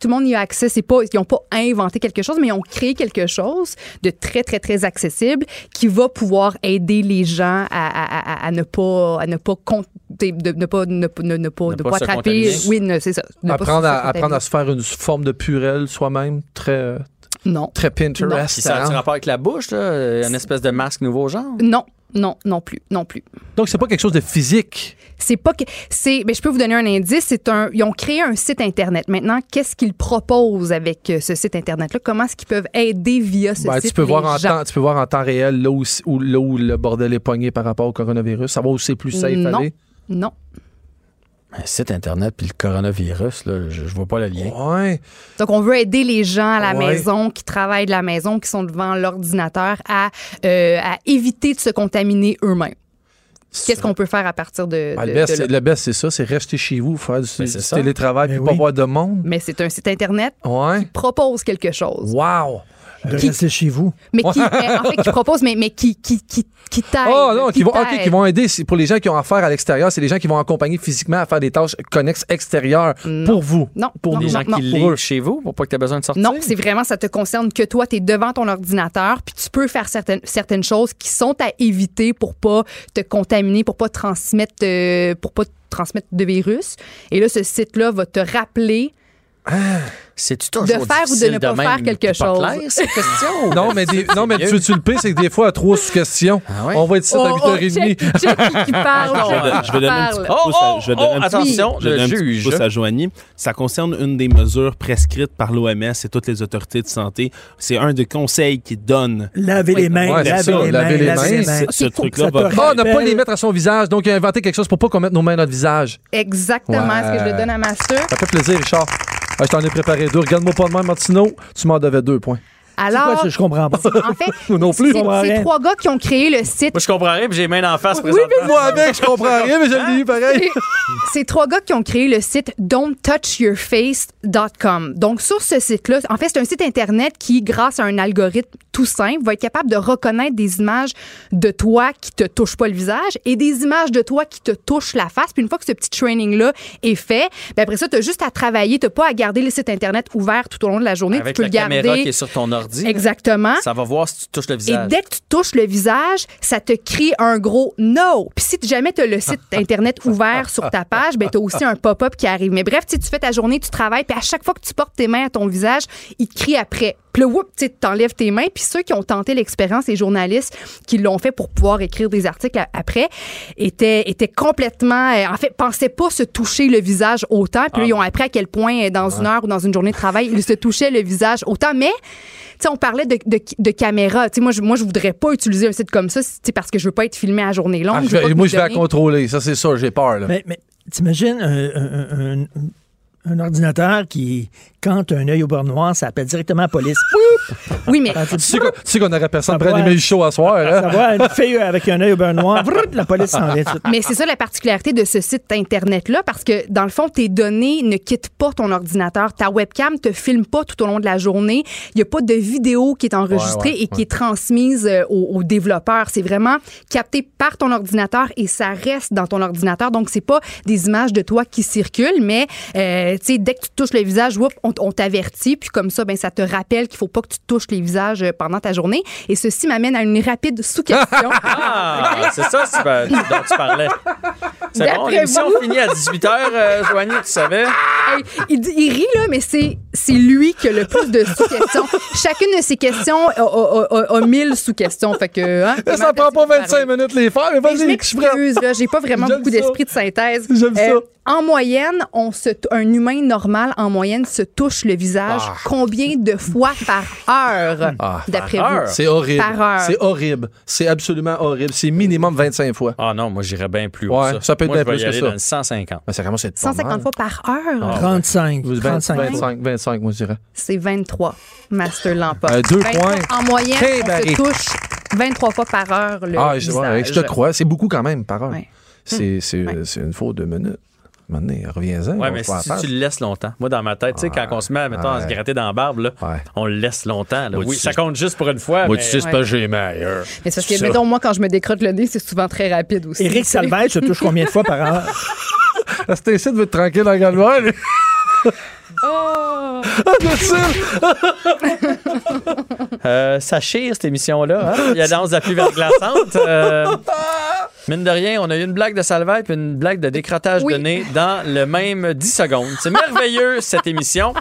S5: Tout le monde y a accès. C'est pas, ils n'ont pas inventé quelque chose, mais ils ont créé quelque chose de très, très, très accessible qui va pouvoir aider les gens à, à- à- à ne pas, à ne pas, con- de, de- ne pas, ne, ne- ne pas,
S3: Ne
S5: de
S3: pas
S5: pas
S3: se
S5: attraper.
S3: contaminer.
S5: Oui, ne- c'est ça. Ne pas
S6: Apprendre,
S5: se
S6: à, apprendre à
S5: contaminer.
S6: se faire une forme de purelle soi-même, très, euh,
S5: Non.
S6: très Pinterest.
S3: Puis ça a
S6: hein?
S3: un rapport avec la bouche, là, une espèce de masque nouveau genre?
S5: Non. Non, non plus, non plus.
S6: Donc, c'est pas quelque chose de physique.
S5: C'est pas que c'est mais je peux vous donner un indice, c'est un ils ont créé un site internet. Maintenant, qu'est-ce qu'ils proposent avec euh, ce site internet là Comment est-ce qu'ils peuvent aider via ce
S6: Ben,
S5: site
S6: tu, peux voir
S5: les
S6: en
S5: gens?
S6: temps, tu peux voir en temps réel là où, où- là où le bordel est pogné par rapport au coronavirus. Ça va où c'est plus safe
S5: Non.
S6: aller.
S5: Non.
S3: Un Ben, site Internet puis le coronavirus, là, je, je vois pas le lien.
S6: Ouais.
S5: Donc, on veut aider les gens à la
S6: Ouais.
S5: maison, qui travaillent de la maison, qui sont devant l'ordinateur, à, euh, à éviter de se contaminer eux-mêmes. Qu'est-ce qu'on peut faire à partir de,
S6: Ah,
S5: de-
S6: le, best,
S5: de là?
S6: c'est- le best, c'est ça, c'est rester chez vous, faire du,
S3: Ben, c'est
S6: du
S3: ça.
S6: télétravail, puis
S4: Ben
S6: pas
S4: oui.
S6: voir de monde.
S5: Mais c'est un site Internet
S6: Ouais.
S5: propose quelque chose.
S6: Wow.
S4: De rester chez vous.
S5: Mais qui, mais en fait, qui propose, mais, mais qui, qui, qui, qui t'aide.
S6: Oh non, qui vont, ok,
S5: t'aide.
S6: qui vont aider. C'est pour les gens qui ont affaire à l'extérieur, c'est les gens qui vont accompagner physiquement à faire des tâches connexes extérieures pour vous.
S5: Non,
S6: pour
S5: non,
S6: les
S3: Les
S5: non,
S3: gens
S5: non.
S3: qui livrent chez vous pour pas que tu aies besoin de sortir.
S5: Non, c'est vraiment, ça te concerne que toi, tu es devant ton ordinateur, puis tu peux faire certaines, certaines choses qui sont à éviter pour pas te contaminer, pour pas transmettre, euh, pour pas transmettre de virus. Et là, ce site-là va te rappeler.
S3: C'est
S5: De faire ou de ne pas faire quelque chose.
S3: cette question.
S6: Non, mais, des- non, mais
S3: mieux.
S6: tu veux-tu le pire, c'est que des fois, à trois sous-questions,
S3: Ah ouais?
S6: on va être ici
S5: Oh, oh,
S6: à 8h30.
S5: check, check qui parle,
S3: Attends,
S5: check
S3: je
S5: qui
S3: vais-
S9: Ah, je vais donner un
S5: parle.
S9: petit coup de pouce
S3: Oh,
S9: à-
S3: oh,
S9: je vais donner un
S3: oh,
S9: petit coup-
S3: attention,
S9: je vais
S3: le
S9: donner un petit
S3: juge.
S9: coup de pouce à Joanie. Ça concerne une des mesures prescrites par l'OMS et toutes les autorités de santé. C'est un des conseils qu'ils donnent.
S4: Laver les mains,
S6: ouais,
S4: laver,
S6: c'est ça,
S4: les mains
S6: laver les
S4: laver les
S6: mains,
S4: mains.
S9: c'est- ce
S4: Ok, faut Ah, que
S9: truc-là
S4: ça
S9: va-
S4: te
S6: Ah, ne pas
S4: rappelle.
S6: les mettre à son visage. Donc, il a inventé quelque chose pour pas qu'on mette nos mains à notre visage.
S5: Exactement
S6: Ouais.
S5: ce que je le donne à Master.
S6: Ça fait plaisir, Richard. Ah, je t'en ai préparé deux. Regarde-moi pas de même, Martino. Tu m'en devais deux points.
S4: C'est
S5: Alors,
S4: quoi ça? Je comprends pas.
S5: en fait,
S4: non plus,
S5: c'est-
S4: je comprends
S5: c'est
S4: rien.
S5: trois gars qui ont créé le site
S3: Moi, je comprends rien, puis j'ai les mains d'en face.
S6: Oui, mais moi avec, je comprends rien, mais je l'ai eu pareil.
S5: C'est trois gars qui ont créé le site don'ttouchyourface.com. Donc, sur ce site-là, en fait, c'est un site Internet qui, grâce à un algorithme tout simple, va être capable de reconnaître des images de toi qui te touchent pas le visage et des images de toi qui te touchent la face. Puis une fois que ce petit training-là est fait, ben après ça, tu as juste à travailler. Tu pas à garder le site Internet ouvert tout au long de la journée.
S3: Avec
S5: tu peux
S3: la
S5: le garder.
S3: caméra qui est sur ton ordi.
S5: Exactement.
S3: Ça va voir si tu touches le visage.
S5: Et dès que tu touches le visage, ça te crie un gros no. Puis si jamais tu as le site Internet ouvert sur ta page, ben, tu as aussi un pop-up qui arrive. Mais bref, si tu fais ta journée, tu travailles, puis à chaque fois que tu portes tes mains à ton visage, il te crie après. Puis là, whoop, tu sais, t'enlèves tes mains. Puis ceux qui ont tenté l'expérience, les journalistes qui l'ont fait pour pouvoir écrire des articles a- après, étaient, étaient complètement. euh, En fait, pensaient pas se toucher le visage autant. Puis là, ils ont appris à quel point, euh, dans une heure ou dans une journée de travail, ils se touchaient le visage autant. Mais tu sais, on parlait de, de, de caméra. Tu sais, moi, je, moi, je voudrais pas utiliser un site comme ça, tu sais, parce que je veux pas être filmé à journée longue.
S6: Ah,
S5: je
S6: je
S5: veux pas
S6: vais-
S5: que
S6: moi,
S5: vous
S6: je vais à
S5: donniez-
S6: contrôler. Ça, c'est sûr, j'ai peur. Là.
S4: Mais, mais t'imagines un, un- un- un ordinateur qui, quand un œil au beurre noir, ça appelle directement la police.
S5: Oui, mais
S4: Quand tu-
S6: Tu sais qu'on- tu sais qu'on n'aurait personne
S4: Ça
S6: pour
S4: va.
S6: animer le show à soir. hein?
S4: Ça va, une fille avec un œil au beurre noir, vrrrt, la police s'en vient tout de suite.
S5: Mais c'est ça la particularité de ce site Internet-là, parce que dans le fond, tes données ne quittent pas ton ordinateur. Ta webcam te filme pas tout au long de la journée. Il n'y a pas de vidéo qui est enregistrée
S6: Ouais, ouais,
S5: et qui est transmise euh, aux, aux développeurs. C'est vraiment capté par ton ordinateur et ça reste dans ton ordinateur. Donc, c'est pas des images de toi qui circulent, mais euh, tu sais, dès que tu touches le visage, whoop, on, on t'avertit. Puis comme ça, ben, ça te rappelle qu'il faut pas que tu touches les visages euh, pendant ta journée. Et ceci m'amène à une rapide sous-question.
S3: Ah, c'est ça c'est pas- dont tu parlais. C'est bon,
S5: D'après
S3: l'émission
S5: vous.
S3: finit à 18h, Joanie, tu savais.
S5: Hey, il, dit- il rit, là, mais c'est, c'est lui qui a le plus de sous-questions. Chacune de ses questions a, a- a- a- a 1000 sous-questions. Fait que, hein,
S6: Ça,
S5: comment
S6: prend pas
S5: personne
S6: 25
S5: parle.
S6: minutes les faire, mais
S5: Et je
S6: vas-y, je suis prêt.
S5: m'excuse, là, j'ai pas vraiment
S6: J'aime
S5: beaucoup
S6: ça.
S5: d'esprit de synthèse. Euh,
S6: J'aime ça.
S5: en moyenne, on se t- un humain normal, en moyenne, se touche le visage combien de fois par heure,
S6: Ah,
S5: d'après
S3: par
S5: vous?
S3: heure?
S6: C'est horrible.
S5: Par heure.
S6: C'est horrible. C'est absolument horrible. C'est minimum 25 fois.
S3: Ah non, moi, j'irais bien plus haut.
S6: Ouais, ça peut être
S3: Moi,
S6: bien
S3: je vais
S6: plus
S3: y
S6: que
S3: aller
S6: ça.
S3: dans le 150.
S6: Mais ça commence à être pas
S5: 150
S6: mal.
S5: fois par heure,
S6: Ah.
S4: 35.
S6: 25,
S4: 35.
S6: 25, 25, moi, je dirais.
S5: c'est 23. Master l'emporte.
S6: Euh, deux
S5: 23.
S6: points.
S5: Ben, En moyenne,
S6: Très
S5: on
S6: barré.
S5: se touche 23 fois par heure le
S6: Ah, je,
S5: visage.
S6: ouais, je te crois. C'est beaucoup quand même, par heure.
S5: Ouais. Hum.
S6: C'est c'est-
S5: Ouais.
S6: c'est une faute de minutes. Maintenant, reviens-en.
S3: Ouais,
S6: on
S3: mais
S6: se voit
S3: si
S6: à la
S3: tu
S6: page.
S3: le laisses longtemps. Moi, dans ma tête, tu sais, quand on se met, mettons, à se
S6: Ouais.
S3: gratter dans la barbe, là,
S6: Ouais.
S3: on le laisse longtemps. là.
S6: Moi,
S3: Oui,
S6: tu
S3: ça
S6: sais-
S3: compte juste pour une fois.
S6: Moi,
S3: mais-
S6: tu sais, c'est pas j'ai meilleur.
S5: Mais c'est parce que,
S6: Ça.
S5: mettons, moi, quand je me décrotte le nez, c'est souvent très rapide aussi.
S4: Éric Salvaire se touche combien de fois par heure?
S6: Ah, Cet incite veut être tranquille dans le galvaire. lui.
S5: Oh!
S6: Ah, le cil!
S3: Euh, ça chire, cette émission-là. hein? Il y a danse de la pluie verglaçante. Euh, mine de rien, on a eu une blague de salvette puis une blague de décrottage
S5: Oui.
S3: de nez dans le même 10 secondes. C'est merveilleux, cette émission.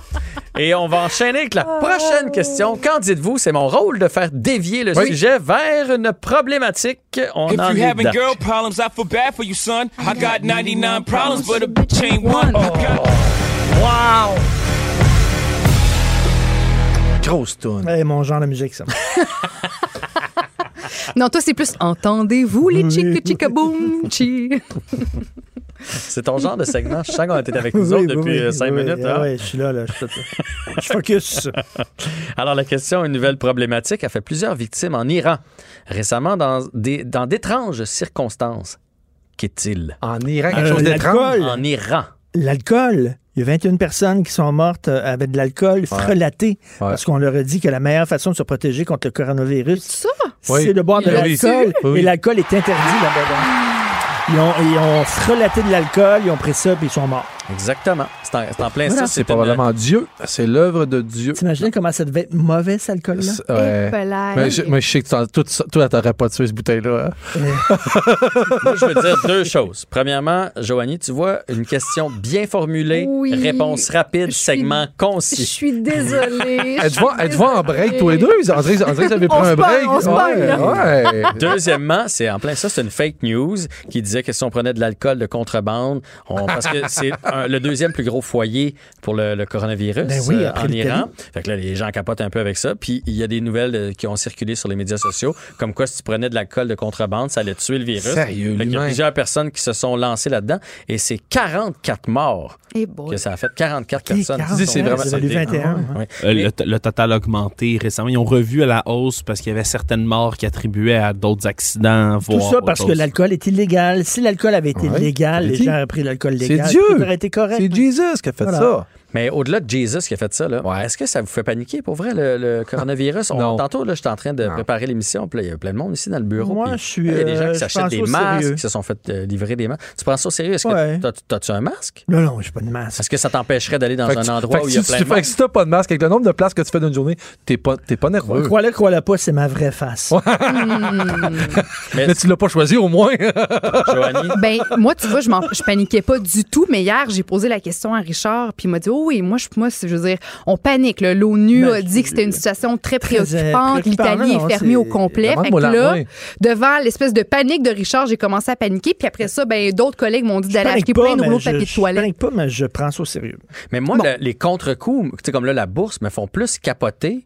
S3: Et on va enchaîner avec la prochaine question. Qu'en dites-vous? C'est mon rôle de faire dévier le sujet vers une problématique. On
S7: If
S3: en
S7: you
S3: est
S7: having
S3: dedans.
S7: girl problems, I feel bad for you, son. I got 99 problems, but a bitch ain't one.
S6: Grosse toune.
S4: Eh, mon genre de musique, ça.
S5: Non, toi, c'est plus entendez-vous les chic chica boum chi.
S3: C'est ton genre de segment. Je sens qu'on était avec nous autres depuis euh, cinq
S4: oui,
S3: minutes.
S4: ah
S3: hein?
S4: ouais, je suis là, là. Je, suis- je focus.
S3: Alors, la question, une nouvelle problématique, a fait plusieurs victimes en Iran récemment dans des- dans d'étranges circonstances. Qu'est-il?
S6: En Iran, quelque
S4: Euh,
S6: chose d'étrange.
S4: l'alcool.
S3: En Iran.
S4: L'alcool. Il y a 21 personnes qui sont mortes euh, avec de l'alcool frelaté parce qu'on leur a dit que la meilleure façon de se protéger contre le coronavirus,
S5: Ça,
S6: Oui.
S4: c'est de boire de
S6: Ils l'ont dit.
S4: l'alcool.
S6: Oui.
S4: Et l'alcool est interdit là-bas. Ils ont, ils ont frelaté de l'alcool, ils ont pris ça, puis ils sont morts.
S3: Exactement. C'est en, c'est en plein
S6: Ça,
S3: ça.
S6: c'est probablement Dieu. C'est l'œuvre de Dieu.
S4: T'imagines comment ça devait être mauvais, cet alcool-là?
S6: C'est- ouais.
S5: Épelay.
S6: Mais je, mais je sais que t'en- tout ça- toi, t'aurais pas tué cette bouteille-là. hein.
S3: Moi, je veux dire deux choses. Premièrement, Joanie, tu vois, une question bien formulée,
S5: Oui.
S3: réponse rapide,
S5: Je suis-
S3: segment
S5: Je
S3: concis.
S5: suis désolée. je suis
S6: Êtes-vous êtes-vous en break, tous les deux? On dirait, on dirait que vous avez
S5: On
S6: pris
S5: se
S6: un
S5: parle,
S6: break.
S5: on se parle,
S6: ouais, ouais.
S3: Deuxièmement, c'est en plein ça, c'est une fake news qui disait que si on prenait de l'alcool de contrebande, on- parce que c'est un- le deuxième plus gros foyer pour le, le coronavirus
S4: Ben oui,
S3: euh,
S4: après
S3: en
S4: l'Italie.
S3: Iran. Fait que là, les gens capotent un peu avec ça. Puis il y a des nouvelles euh, qui ont circulé sur les médias sociaux, comme quoi si tu prenais de l'alcool de contrebande, ça allait tuer le virus.
S6: Sérieux,
S3: Fait qu'il y a
S6: l'humain.
S3: plusieurs personnes qui se sont lancées là-dedans et c'est 44 morts
S5: Eh boy.
S3: que ça a fait. 44
S4: Eh,
S3: personnes.
S4: 40,
S3: qui sont
S6: c'est vraiment-
S4: j'avais lu
S3: décédées.
S4: 21. hein.
S3: Ouais.
S9: Euh, le, t- le total a augmenté récemment. Ils ont revu à la hausse parce qu'il y avait certaines morts qui attribuaient à d'autres accidents.
S4: Tout
S9: voire
S4: ça parce
S9: autre
S4: que
S9: chose.
S4: l'alcool est illégal. Si l'alcool avait été
S6: Ouais,
S4: légal,
S6: t'avais
S4: les
S6: dit.
S4: gens auraient pris l'alcool
S6: C'est
S4: légal.
S6: Dieu.
S4: Tout aurait été correct.
S6: C'est Jesus qui a fait
S4: Voilà.
S6: ça.
S3: Mais au-delà de Jesus qui a fait ça, là, est-ce que ça vous fait paniquer pour vrai le, le coronavirus? On-
S6: Non.
S3: Tantôt, là, j'étais en train de préparer l'émission, puis là, il y a plein de monde ici dans le bureau.
S4: Moi,
S3: puis
S4: je suis,
S3: Il y a des gens
S4: euh,
S3: qui
S4: je
S3: s'achètent
S4: prends
S3: des
S4: ça au
S3: masques,
S4: sérieux.
S3: qui se sont fait euh, livrer des masques. Tu prends ça au sérieux? Est-ce
S4: Ouais.
S3: que t'as- t'as- t'as-tu un masque?
S4: Non, non, j'ai pas de masque.
S3: Est-ce que ça t'empêcherait d'aller dans
S6: Fait que
S3: un
S6: tu-
S3: endroit
S6: fait
S3: où
S6: que
S3: il y a
S6: si
S3: plein
S6: tu-
S3: de
S6: Fait que
S3: masques?
S6: si t'as pas de masque, avec le nombre de places que tu fais d'une journée, t'es pas, t'es pas nerveux.
S4: Crois-le, crois-le pas, c'est ma vraie face.
S6: Mais tu l'as pas choisi au moins.
S3: Joanie?
S5: Ben, moi, tu vois, je, m'en- je paniquais pas du tout, mais hier, j'ai posé la question à Richard, puis il m'a dit Oh oui, moi, je, moi, c'est- je veux dire, on panique. là. L'ONU a dit que c'était une situation très
S4: Très, Ben, euh,
S5: préoccupante.
S4: préoccupante,
S5: L'Italie
S4: non,
S5: est fermée
S4: c'est-
S5: au complet. Fait que
S6: Demande-moi la
S5: là,
S6: main.
S5: devant l'espèce de panique de Richard, j'ai commencé à paniquer, puis après ça, ben, d'autres collègues m'ont dit
S4: Je
S5: d'aller
S4: panique
S5: acheter
S4: pas,
S5: plein de
S4: mais
S5: rouleaux de
S4: je-
S5: papier de
S4: je
S5: toilette.
S4: panique pas, mais je prends ça au sérieux.
S3: Mais moi, le- les contre-coups, tu sais, comme là, la bourse me font plus capoter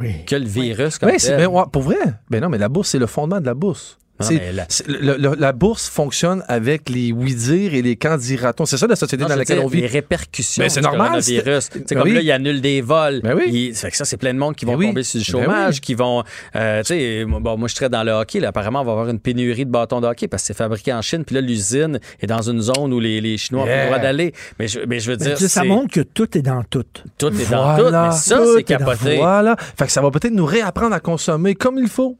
S4: Oui.
S3: que le virus. Comme
S6: Ben, c'est-
S3: tel.
S6: ben, ouais, pour vrai. Ben non, mais la bourse, c'est le fondement de la bourse.
S3: Non,
S6: C'est-
S3: mais la-
S6: c'est- le- le- la bourse fonctionne avec les oui-dire et les candidatons. C'est ça la société
S3: Non,
S6: dans
S3: je veux
S6: laquelle
S3: dire,
S6: on vit.
S3: Les répercussions
S6: Ben, c'est
S3: du
S6: normal,
S3: coronavirus.
S6: c'est-
S3: C'est
S6: Ben
S3: comme
S6: oui.
S3: là, il annule des vols.
S6: Ben oui.
S3: Il- ça fait que ça, c'est plein de monde qui vont
S6: Ben oui.
S3: tomber sur le
S6: Ben
S3: chômage,
S6: oui.
S3: qui vont... euh, tu sais, moi- bon, moi, je traite dans le hockey. là. apparemment, on va avoir une pénurie de bâtons de hockey parce que c'est fabriqué en Chine. Puis là, l'usine est dans une zone où les, les Chinois ont
S6: Yeah.
S3: le droit d'aller. Mais je, mais je veux dire,
S4: Ça, ça
S3: c'est-
S4: montre que tout est dans tout.
S3: tout est dans tout.
S6: Voilà.
S3: Mais ça,
S6: Tout
S3: c'est
S6: est dans-
S3: capoté.
S6: Voilà. Fait que ça va peut-être nous réapprendre à consommer comme il faut.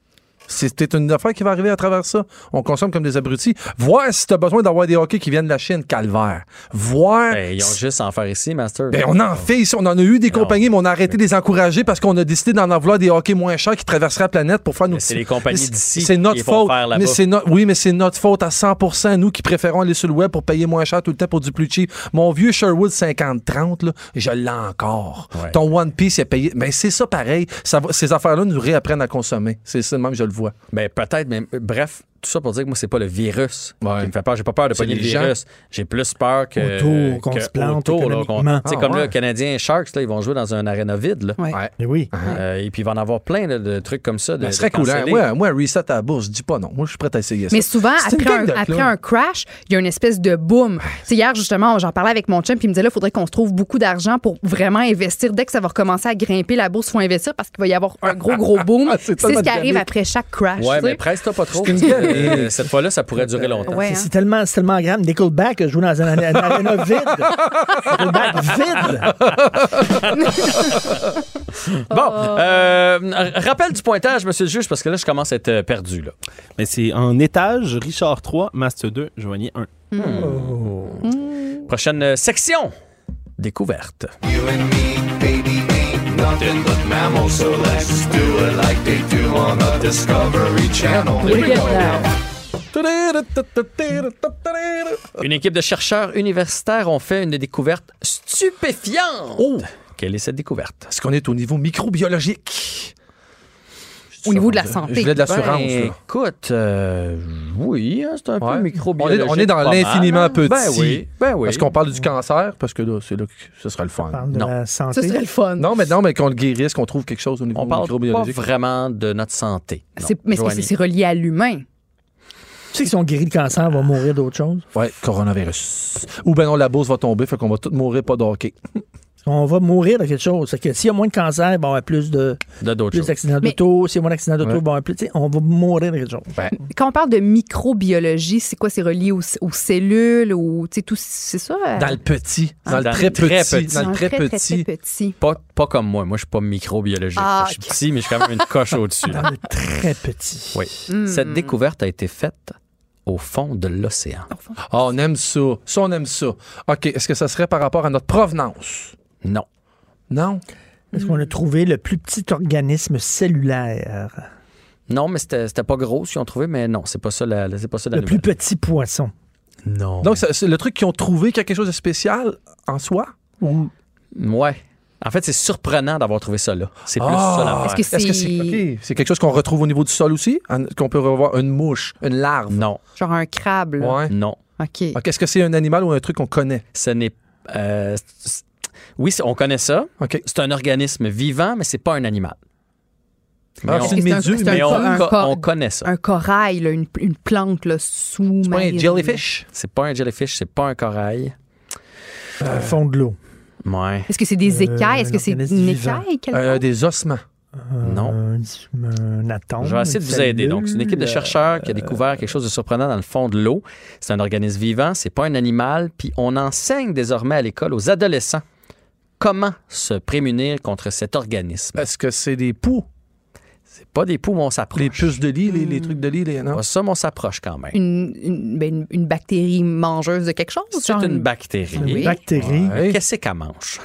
S6: C'était une affaire qui va arriver à travers ça. On consomme comme des abrutis. Voir si t'as besoin d'avoir des hockey qui viennent de la Chine, calvaire. Voir.
S3: Ben, ils ont
S6: si-
S3: juste à en faire ici, Master.
S6: Ben, on en fait ici. On en a eu des
S3: Ah. Non.
S6: compagnies, mais on a arrêté de les encourager parce qu'on a décidé d'en avoir des hockey moins chers qui traverseraient la planète pour faire nos
S3: Mais c'est
S6: petits-
S3: les compagnies
S6: C'est-
S3: d'ici
S6: C'est notre
S3: qui vont
S6: faute.
S3: faire là-bas.
S6: mais c'est no- Oui, mais c'est notre faute à 100 nous qui préférons aller sur le web pour payer moins cher tout le temps pour du plus cheap. Mon vieux Sherwood 50-30, là, je l'ai encore.
S3: Ouais.
S6: Ton One Piece est payé. Mais c'est ça pareil. Ça va- Ces affaires-là nous réapprennent à consommer. C'est ça de même, je le vois.
S3: Ben, peut-être, mais euh, bref, tout ça pour dire que moi, c'est pas le virus
S6: Ouais.
S3: qui me fait peur. J'ai pas peur de
S6: C'est
S3: pogner le
S6: les gens.
S3: virus. J'ai plus peur que.
S4: Autour, qu'on
S3: que
S4: se plante
S3: autour, là, qu'on-
S4: économiquement.
S3: Tu sais,
S6: Ah,
S3: comme là,
S6: ouais.
S3: le Canadien Sharks, là, ils vont jouer dans un aréna vide. là.
S5: Ouais.
S4: Mais oui.
S3: Euh, et puis, il va en avoir plein là, de trucs comme ça. De,
S6: Ça serait
S3: Ben, de
S6: cool. hein?
S3: canceller.
S6: Ouais, moi, un reset à la bourse, je dis pas non. Moi, je suis prêt à essayer ça.
S5: Mais souvent,
S6: C'est une
S5: après un,
S6: gang de
S5: après
S6: clowns.
S5: un crash, il y a une espèce de boom. Tu sais, hier, justement, j'en parlais avec mon chum, puis il me disait là, il faudrait qu'on se trouve beaucoup d'argent pour vraiment investir. Dès que ça va recommencer à grimper, la bourse, il faut investir parce qu'il va y avoir un gros, gros boom.
S6: Ah, c'est
S5: c'est ce
S6: tellement
S5: qui arrive
S6: dynamique.
S5: après chaque crash.
S3: Ouais,
S5: tu sais.
S3: mais presse-toi pas trop.
S6: C'est une
S3: parce que,
S6: gueule.
S3: euh, cette fois-là, ça pourrait durer longtemps.
S5: Ouais,
S4: C'est-
S5: hein.
S4: C'est tellement, c'est tellement grave. Nickelback joue dans un un aréna vide. Nickelback vide.
S3: Bon, euh, r- rappel du pointage, monsieur le juge, parce que là, je commence à être euh, perdu. Là.
S9: Mais c'est en étage, Richard 3, Master 2, Joignier 1.
S3: Prochaine euh, section découverte. Une équipe de chercheurs universitaires ont fait une découverte stupéfiante.
S6: Oh!
S3: Quelle est cette découverte?
S6: Est-ce qu'on est au niveau microbiologique?
S5: Au niveau de la santé.
S6: Je voulais de l'assurance.
S3: Ben,
S6: là.
S3: écoute, euh, oui, hein, c'est un
S6: Ouais.
S3: peu
S6: on est,
S3: microbiologique.
S6: on est dans
S3: pas mal.
S6: l'infiniment petit.
S3: Ben oui, ben oui.
S6: Est-ce qu'on parle du cancer? Parce que là, c'est là que ce serait le fun.
S4: On parle de
S3: Non.
S4: la santé.
S5: Ça serait le fun.
S6: Non, mais non, mais qu'on le guérisse, qu'on trouve quelque chose au niveau
S3: On parle pas
S6: microbiologique.
S3: vraiment de notre santé. Non,
S5: C'est- mais c'est parce que
S3: Joanie.
S5: c'est relié à l'humain.
S4: Tu sais que si on guérit le cancer, on va mourir d'autre chose.
S6: Ouais, coronavirus. Ou ben non, la bourse va tomber, fait qu'on va tous mourir pas d'hockey.
S4: On va mourir de quelque chose. Fait que s'il y a moins de cancer, ben, on a plus de
S3: De d'autres
S4: plus
S3: choses.
S4: d'accidents
S5: Mais-
S4: d'auto. S'il y a moins d'accidents d'auto,
S6: Ouais.
S4: ben, on, a plus- tu sais, on va mourir de quelque chose.
S3: Ben,
S5: Quand on parle de microbiologie, c'est quoi? C'est relié aux, aux cellules, ou tu sais, tout, c'est ça? euh,
S6: Dans le petit. Dans le
S3: Ah, Dans
S6: très
S3: le très
S6: petit.
S3: petit.
S6: Dans le très
S5: très, très, très
S6: petit.
S5: petit.
S3: Pas, pas comme moi. Moi, je suis pas microbiologiste.
S5: Ah,
S3: Je suis petit, mais je suis quand même une coche au-dessus. là.
S4: Très petit.
S3: Oui. Cette découverte a été faite au fond de l'océan.
S6: Ah, on aime ça. Ça, on aime ça. OK, est-ce que ça serait par rapport à notre provenance?
S3: Non.
S6: Non?
S4: Parce qu'on a trouvé le plus petit organisme cellulaire.
S3: Non, mais c'était c'était pas gros ce qu'ils ont trouvé, mais non, c'est pas ça la, la- c'est pas ça la
S4: Le plus
S3: nouvelle.
S4: petit poisson.
S3: Non.
S6: Donc, ça- c'est le truc qu'ils ont trouvé qu'il y a quelque chose de spécial en soi?
S4: Ou
S3: ouais. En fait, c'est surprenant d'avoir trouvé ça là. C'est plus
S6: Ah.
S3: ça l'affaire.
S5: Est-ce que c'est.
S6: Est-ce que c'est ok, c'est quelque chose qu'on retrouve au niveau du sol aussi? En- Qu'on peut revoir une mouche, une larve?
S3: Non,
S5: Genre un crabe, là.
S6: Ouais.
S3: non.
S5: OK.
S6: OK, est-ce que c'est un animal ou un truc qu'on connaît?
S3: Ce n'est. euh, c'est- oui, c'est- on connaît ça.
S6: OK.
S3: C'est un organisme vivant, mais c'est pas un animal. Mais
S6: c'est
S3: on,
S5: Est-ce que
S6: une
S5: c'est un-
S6: méduse,
S5: c'est un
S3: mais
S5: co-
S3: on,
S5: un
S3: co-
S5: cor-
S3: on connaît ça.
S5: un corail, là, une, une plante là, sous
S6: C'est pas un jellyfish?
S3: C'est pas un jellyfish, c'est pas un corail.
S4: le fond de l'eau.
S3: Ouais.
S5: Est-ce que c'est des écailles? Est-ce que
S4: un
S5: c'est
S4: organisme
S5: une
S4: vivant.
S5: écaille? quelque
S6: Euh, des ossements.
S3: non.
S4: Un, un atome.
S3: Je vais essayer de
S4: une
S3: vous aider. Donc, c'est une équipe de
S4: cellule.
S3: chercheurs qui a découvert quelque chose de surprenant dans le fond de l'eau. C'est un organisme vivant, c'est pas un animal. Puis on enseigne désormais à l'école aux adolescents comment se prémunir contre cet organisme.
S6: Est-ce que c'est des poux?
S3: C'est pas des poumons, ça
S6: Les
S3: s'approche.
S6: puces de lit, les, les trucs de lit, les... Non?
S3: Pas ça, mais on s'approche quand même.
S5: une, une, ben, une- une bactérie mangeuse de quelque chose?
S3: C'est
S5: genre
S3: une
S5: une-
S3: bactérie.
S4: Une
S5: Oui.
S4: bactérie,
S6: Ouais.
S3: Qu'est-ce qu'elle mange?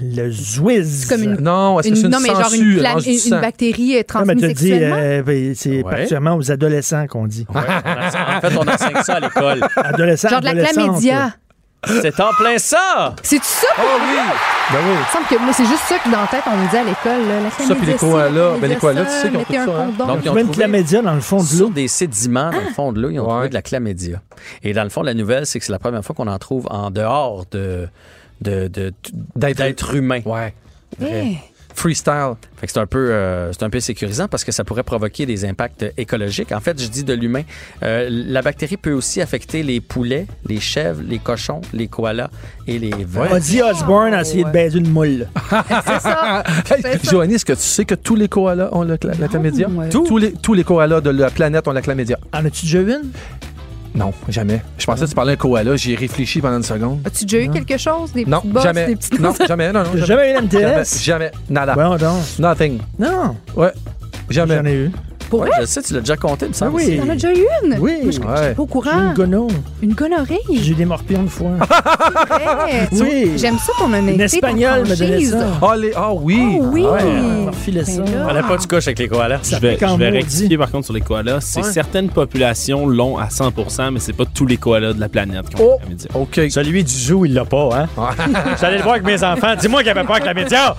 S4: le zouiz.
S5: C'est comme une-
S6: Non, est-ce que c'est une
S5: non, mais genre
S6: sangsue?
S5: une,
S6: Elle
S5: pla-
S6: mange du
S5: une- une
S6: sang.
S5: bactérie euh,
S4: Ah, mais
S5: transmise
S4: tu le dis,
S5: sexuellement?
S4: euh, ben, c'est
S3: Ouais.
S4: particulièrement aux adolescents qu'on dit.
S3: en fait, on enseigne ça à l'école.
S4: Adolescents,
S5: genre de la
S4: adolescentes,
S5: chlamydia.
S4: là.
S3: C'est en plein ça!
S5: C'est-tu ça?
S6: Oh oui! Ben oui.
S5: Il me semble que moi, c'est juste ça que dans la tête, on me dit à l'école. Là, la
S6: Ça, puis les
S5: chlamydia, ci,
S6: koalas.
S5: la
S6: Ben, les
S5: chlamydia,
S6: koalas,
S5: ça,
S6: tu sais qu'ils ont
S5: mettez
S6: tout
S5: un
S6: ça, hein.
S5: condom.
S3: Donc, ils
S4: Tu
S3: ont
S4: mets une
S3: trouvé-
S4: chlamydia dans le fond de
S3: sur
S4: l'eau. Ah!
S3: des sédiments dans le fond de l'eau, ils ont
S6: Ouais.
S3: trouvé de la chlamydia. Et dans le fond, la nouvelle, c'est que c'est la première fois qu'on en trouve en dehors de de- de- d'être humain.
S6: Ouais.
S5: Eh,
S6: Freestyle.
S3: Fait que c'est un peu euh, c'est un peu sécurisant parce que ça pourrait provoquer des impacts écologiques. En fait, je dis de l'humain. Euh, la bactérie peut aussi affecter les poulets, les chèvres, les cochons, les koalas et les vaches.
S4: Ozzy Osbourne a essayé de baiser une moule.
S5: c'est ça.
S6: Hey,
S5: ça. Ah,
S6: Joannie, est-ce que tu sais que tous les koalas ont la, cla- la chlamydia?
S5: ouais.
S6: Tous. les, tous les koalas de la planète ont la chlamydia. Ah,
S4: En as-tu déjà eu une?
S6: Non, jamais. Je pensais que tu parlais d'un koala, j'y ai réfléchi pendant une seconde.
S5: As-tu déjà eu quelque chose? Des
S6: Non,
S5: petites bosses,
S6: jamais.
S5: des petites
S6: Non, jamais. Non, non,
S4: J'ai
S6: jamais.
S4: jamais eu une
S6: Jamais,
S4: MTS?
S6: jamais. Nada.
S4: Voyons donc.
S6: Nothing.
S4: Non,
S6: Ouais. Jamais.
S4: j'en ai eu.
S5: Pour
S3: Ouais,
S5: vrai?
S3: je sais, tu l'as déjà compté, il me semble.
S4: oui.
S5: T'en as déjà eu une?
S4: Oui.
S5: Moi, je je suis
S6: Ouais.
S5: pas au
S4: Une
S5: courant.
S4: gono.
S5: Une gonorrhée?
S4: J'ai eu des morpions une fois.
S3: Ah,
S5: Hey, Eh, tu
S4: Oui.
S5: vois, J'aime ça ton honnêteté.
S4: Une espagnole
S5: ton
S4: me donnait
S5: franchise.
S4: ça.
S6: Ah, les- ah oui.
S5: Oh oui.
S4: On me refilait ça.
S5: Ben là.
S3: On n'a pas du coche avec les koalas.
S4: Ça
S9: Je vais,
S4: pique en
S9: je vais
S4: maudit.
S9: rectifier par contre sur les koalas. C'est certaines populations l'ont à 100 mais c'est pas tous les koalas de la planète qui ont
S6: Oh.
S9: la chlamydia.
S6: OK.
S4: Celui du zoo, il l'a pas, hein?
S3: J'allais le voir avec mes enfants. Dis-moi qu'il avait peur avec la média.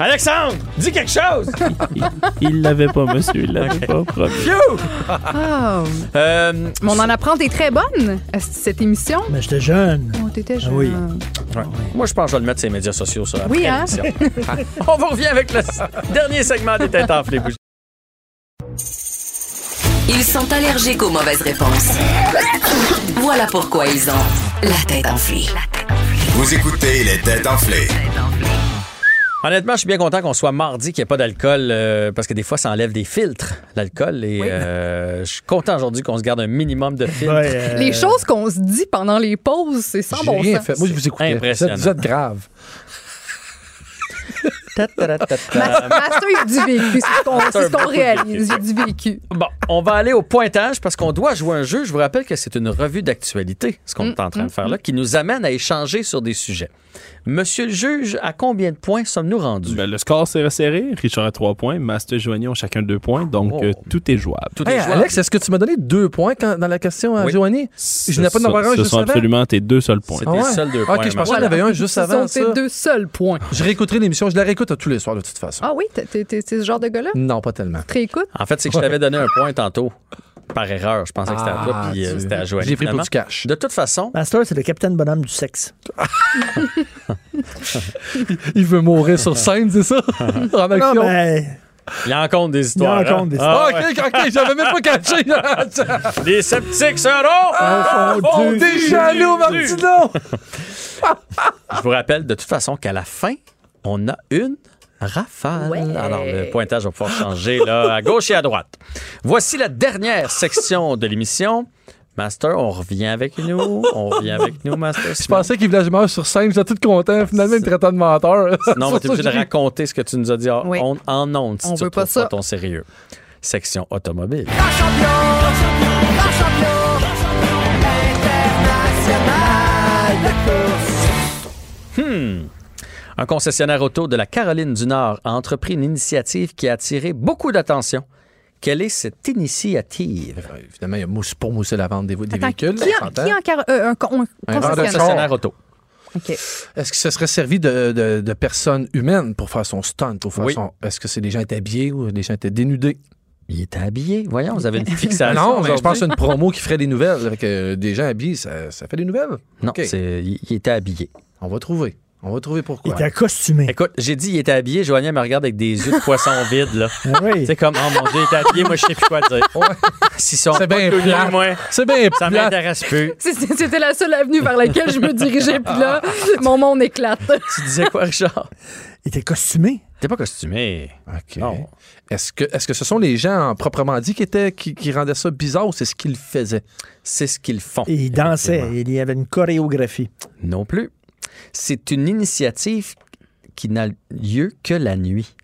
S3: Alexandre, dis quelque chose.
S9: Il l'avait pas, monsieur. Il l'avait pas, promis.
S5: Ah.
S3: Euh,
S5: Mais on en apprend des très bonnes à c- cette émission.
S4: Mais j'étais jeune.
S5: Oh, t'étais
S6: Ah
S5: jeune.
S4: oui.
S3: Moi, je pense que je vais le mettre sur les médias sociaux, ça. après
S5: Oui, hein?
S3: l'émission. On vous revient avec le s- dernier segment des têtes enflées. Bougez-
S1: Ils sont allergiques aux mauvaises réponses. Voilà pourquoi ils ont la tête enflée.
S2: Vous écoutez les têtes enflées.
S3: Honnêtement, je suis bien content qu'on soit mardi, qu'il n'y ait pas d'alcool, euh, parce que des fois, ça enlève des filtres, l'alcool. Et euh, je suis content aujourd'hui qu'on se garde un minimum de filtres.
S4: Ouais, euh,
S5: Les choses qu'on se dit pendant les pauses, c'est sans
S6: J'ai
S5: bon
S6: rien
S5: sens.
S6: fait. Moi, je vous écoutais. Vous êtes,
S3: Impressionnant.
S6: vous êtes grave.
S5: Ma- Master, il a du vécu. C'est ce qu'on- c'est ce qu'on
S3: beaucoup de
S5: réalise. J'ai du vécu.
S3: Bon, on va aller au pointage parce qu'on doit jouer un jeu. Je vous rappelle que c'est une revue d'actualité, ce
S5: Mm,
S3: qu'on est en train de faire là, qui nous amène à échanger sur des sujets. Monsieur le juge, à combien de points sommes-nous rendus?
S9: Ben, le score s'est resserré. Richard a 3 points. Master et Joanie ont chacun 2 points. Donc,
S3: Oh.
S9: euh, tout est jouable.
S3: Tout
S6: Hey,
S3: est jouable.
S6: Alex, est-ce que tu m'as donné deux points quand- dans la question à
S3: Oui.
S6: Joanie? Je n'ai pas d'en
S9: Ce-
S6: avoir un
S9: Ce
S6: juste
S9: sont
S6: avant. Ah
S9: absolument tes deux seuls points.
S3: C'était- Tes seuls deux points,
S6: OK, je pensais qu'il y en
S3: Marc.
S6: avait un juste avant
S5: Ce sont
S6: ça.
S5: tes deux seuls points.
S6: Je réécouterai l'émission. Je la réécoute à tous les soirs, de toute façon.
S5: Ah oui, t'es- t'es t'es ce genre de gars-là?
S6: Non, pas tellement.
S5: Tu réécoutes?
S3: En fait, c'est que je t'avais donné un point tantôt. Par erreur, je pensais que c'était à toi,
S6: Ah,
S3: puis euh,
S6: tu-
S3: c'était à Joanie.
S6: J'ai pris pour
S3: finalement.
S6: du cash.
S3: De toute façon,
S4: Master, c'est le capitaine bonhomme du sexe.
S6: Il veut mourir sur scène, c'est ça? En
S4: Non,
S6: action.
S4: mais
S3: Il en compte des histoires.
S4: Il en compte des
S3: Ah,
S6: ok, ok, j'avais même pas catché.
S3: ouais. Les sceptiques seront
S6: On est jaloux, Martino!
S3: Je vous rappelle de toute façon qu'à la fin, on a une rafale.
S5: Ouais.
S3: Alors, le pointage va pouvoir changer là, à gauche et à droite. Voici la dernière section de l'émission. Master, on revient avec nous. On revient avec nous, Master.
S6: Je pensais qu'il voulait que je meure sur scène, j'étais tout content. Finalement, il me traitait de menteur.
S3: Non, mais t'es obligé de raconter ce que tu nous as dit en-
S5: Oui.
S3: en- en ondes si
S5: On
S3: tu
S5: veut pas
S3: retrouves
S5: ça.
S3: ton sérieux. Section automobile. Hmm. Un concessionnaire auto de la Caroline du Nord a entrepris une initiative qui a attiré beaucoup d'attention. Quelle est cette
S6: Oh.
S3: initiative?
S6: Finalement, il y a mousse pour mousser la vente des, des
S5: Attends,
S6: véhicules.
S5: qui en,
S6: on s'entend.
S5: qui en car- euh, un con- un
S6: Un vendeur de
S5: concessionnaire?
S3: Concessionnaire auto.
S5: OK.
S6: Est-ce que ce serait servi de, de- de personnes humaines pour faire son stunt? Pour faire
S3: Oui.
S6: son... Est-ce que c'est des gens étaient habillés ou des gens étaient dénudés?
S3: Il était habillé. Voyons, vous avez une fixation.
S6: non, mais je pense
S3: Ah, aujourd'hui.
S6: à une promo qui ferait des nouvelles. Avec euh, des gens habillés, ça, ça fait des nouvelles.
S3: Non,
S6: Ok.
S3: c'est- il il était habillé.
S6: On va trouver. On va trouver pourquoi.
S4: Il était costumé.
S3: Écoute, j'ai dit il était habillé. Joanie elle me regarde avec des yeux de poisson vide. Là.
S4: Ah Oui.
S3: C'est comme, oh mon Dieu, il était habillé. Moi, je sais plus quoi dire. S'ils sont
S6: C'est
S3: pas
S6: bien
S3: connus,
S6: plat.
S3: moi,
S6: C'est bien
S3: ça
S6: plat.
S3: m'intéresse plus.
S5: C'est- c'est- C'était la seule avenue vers laquelle je me dirigeais, puis là, mon monde éclate.
S3: Tu disais quoi, Richard?
S4: Il était costumé.
S3: T'es pas costumé.
S6: OK.
S3: Non.
S6: Est-ce que, est-ce que ce sont les gens proprement dit qui, étaient, qui, qui rendaient ça bizarre ou c'est ce qu'ils faisaient?
S3: C'est ce qu'ils font.
S4: Et il dansait. Il y avait une chorégraphie.
S3: Non plus. C'est une initiative qui n'a lieu que la nuit.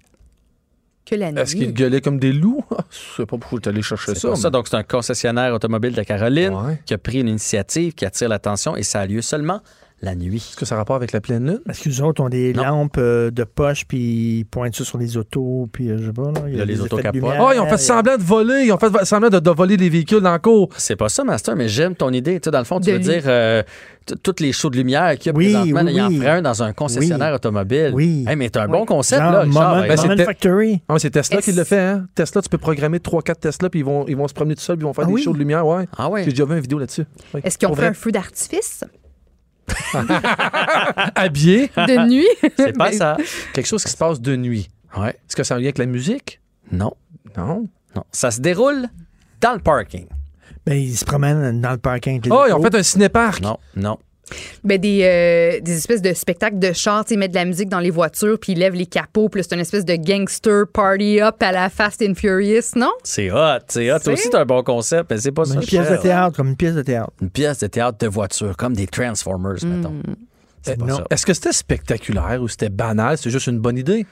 S5: Que la nuit.
S6: Est-ce qu'ils gueulaient comme des loups? Je sais pas pourquoi tu allé chercher
S3: C'est
S6: ça.
S3: pour ça.
S6: mais-
S3: Donc, c'est un concessionnaire automobile de Caroline
S6: Ouais.
S3: qui a pris une initiative qui attire l'attention et ça a lieu seulement la nuit.
S6: Est-ce que ça a rapport avec la pleine lune?
S4: Parce que nous autres, on a des
S3: Non.
S4: lampes euh, de poche, puis ils pointent ça sur les autos, puis euh, je sais pas. Là, il y
S3: Là,
S4: a
S3: les
S4: des
S3: autos
S4: effets de
S3: capotent.
S4: lumière.
S6: Ah, ils ont fait semblant de voler. Ils ont fait semblant de, de voler les véhicules dans le cours.
S3: C'est pas ça, Master, mais j'aime ton idée. Tu sais, dans le fond, tu
S5: De
S3: veux
S5: nuit.
S3: dire euh, t- toutes les shows de lumière qu'il y a
S4: Oui,
S3: présentement, là,
S4: oui,
S3: il en
S4: oui.
S3: ferait un dans un concessionnaire
S4: Oui.
S3: automobile.
S4: Oui.
S3: Hey, mais c'est un bon concept,
S4: Genre
S3: là, Ah, Richard.
S4: Moment-
S3: par
S6: Ben,
S3: exemple.
S4: Moment
S6: c'était-
S4: Factory.
S6: Ah, mais c'est Tesla qui
S5: Est-ce-
S6: le fait, hein? Tesla, tu peux programmer 3-4 Tesla, puis ils vont, ils vont se promener tout seuls, puis ils vont faire
S4: Ah
S6: des
S4: oui?
S6: shows de lumière, ouais.
S3: Ah ouais.
S6: J'ai déjà vu une vidéo là-dessus. Oui.
S5: Est-ce qu'ils ont
S6: Pour
S5: fait un
S6: vrai.
S5: feu d'artifice
S6: habillé?
S5: de nuit?
S3: C'est pas ça.
S6: Quelque chose qui se passe de nuit.
S3: Ouais.
S6: Est-ce que ça a un lien avec la musique?
S3: Non,
S6: Non.
S3: non. Ça se déroule dans le parking.
S4: Ben, ils se promènent dans le parking.
S3: Ah,
S4: avec les
S6: Oh, ils ont
S4: autos.
S6: fait un cinéparc.
S3: Non, non.
S5: Ben, des, euh, des espèces de spectacles de chars, tu sais, ils mettent de la musique dans les voitures, puis ils lèvent les capots, puis là, c'est une espèce de gangster party up à la Fast and Furious, non?
S3: C'est hot, c'est hot.
S5: C'est-
S3: Aussi, c'est un bon concept, mais c'est pas ça.
S4: Une
S3: que je
S4: pièce de
S3: cherche.
S4: théâtre, comme une pièce de théâtre.
S3: Une pièce de théâtre de voiture, comme des Transformers, mettons.
S4: Mm. Euh,
S3: C'est pas
S6: Non.
S3: ça.
S6: Est-ce que c'était spectaculaire ou c'était banal? C'est juste une bonne idée?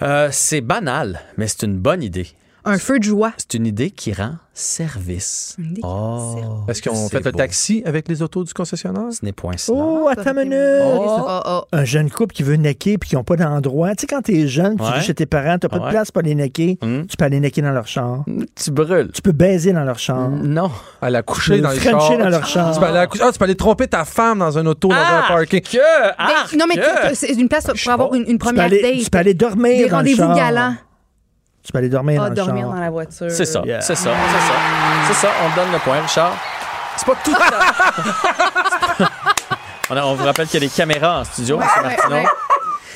S3: Euh, c'est banal, mais c'est une bonne idée.
S5: Un feu de joie.
S3: C'est une idée qui rend service.
S5: Une idée qui rend
S3: Oh,
S6: Est-ce qu'ils ont
S3: c'est
S6: fait le
S3: beau.
S6: taxi avec les autos du concessionnaire?
S3: Ce n'est point ça.
S4: Oh,
S5: Ah,
S4: attends
S5: ça,
S4: une minute.
S5: Oh, oh.
S4: Un jeune couple qui veut necker puis qui n'ont pas d'endroit. Tu sais, quand t'es jeune, tu
S3: Ouais.
S4: vis chez tes parents, t'as pas
S3: Ouais.
S4: de place pour les necker.
S3: Hum.
S4: Tu peux aller necker dans leur champ.
S3: Tu brûles.
S4: Tu peux baiser dans leur champ.
S3: Non.
S6: À la coucher
S4: Le
S6: dans les
S4: Frencher
S6: chars.
S4: dans leur char.
S6: Tu peux aller à la coucher- Ah, tu peux aller tromper ta femme dans un auto, dans un parking.
S3: Ah, Que! Ah.
S5: Ben, non, mais
S3: que-
S5: t'as- t'as- c'est une place
S3: Je sais
S5: pour avoir
S3: pas.
S5: une, une
S4: Tu peux,
S5: première
S4: aller, tu peux
S5: date.
S4: aller dormir
S5: Des
S4: dans le
S5: rendez-vous
S4: char.
S5: galants.
S4: Tu peux aller dormir
S5: Ah,
S4: dans
S5: dormir
S4: le char.
S5: dans la voiture.
S3: C'est ça,
S4: Yeah.
S3: c'est ça, c'est ça. C'est ça, on te donne le point, Richard. C'est pas tout à- on, a- on vous rappelle qu'il y a des caméras en studio, M.
S4: Ah,
S3: Martineau.
S5: ouais.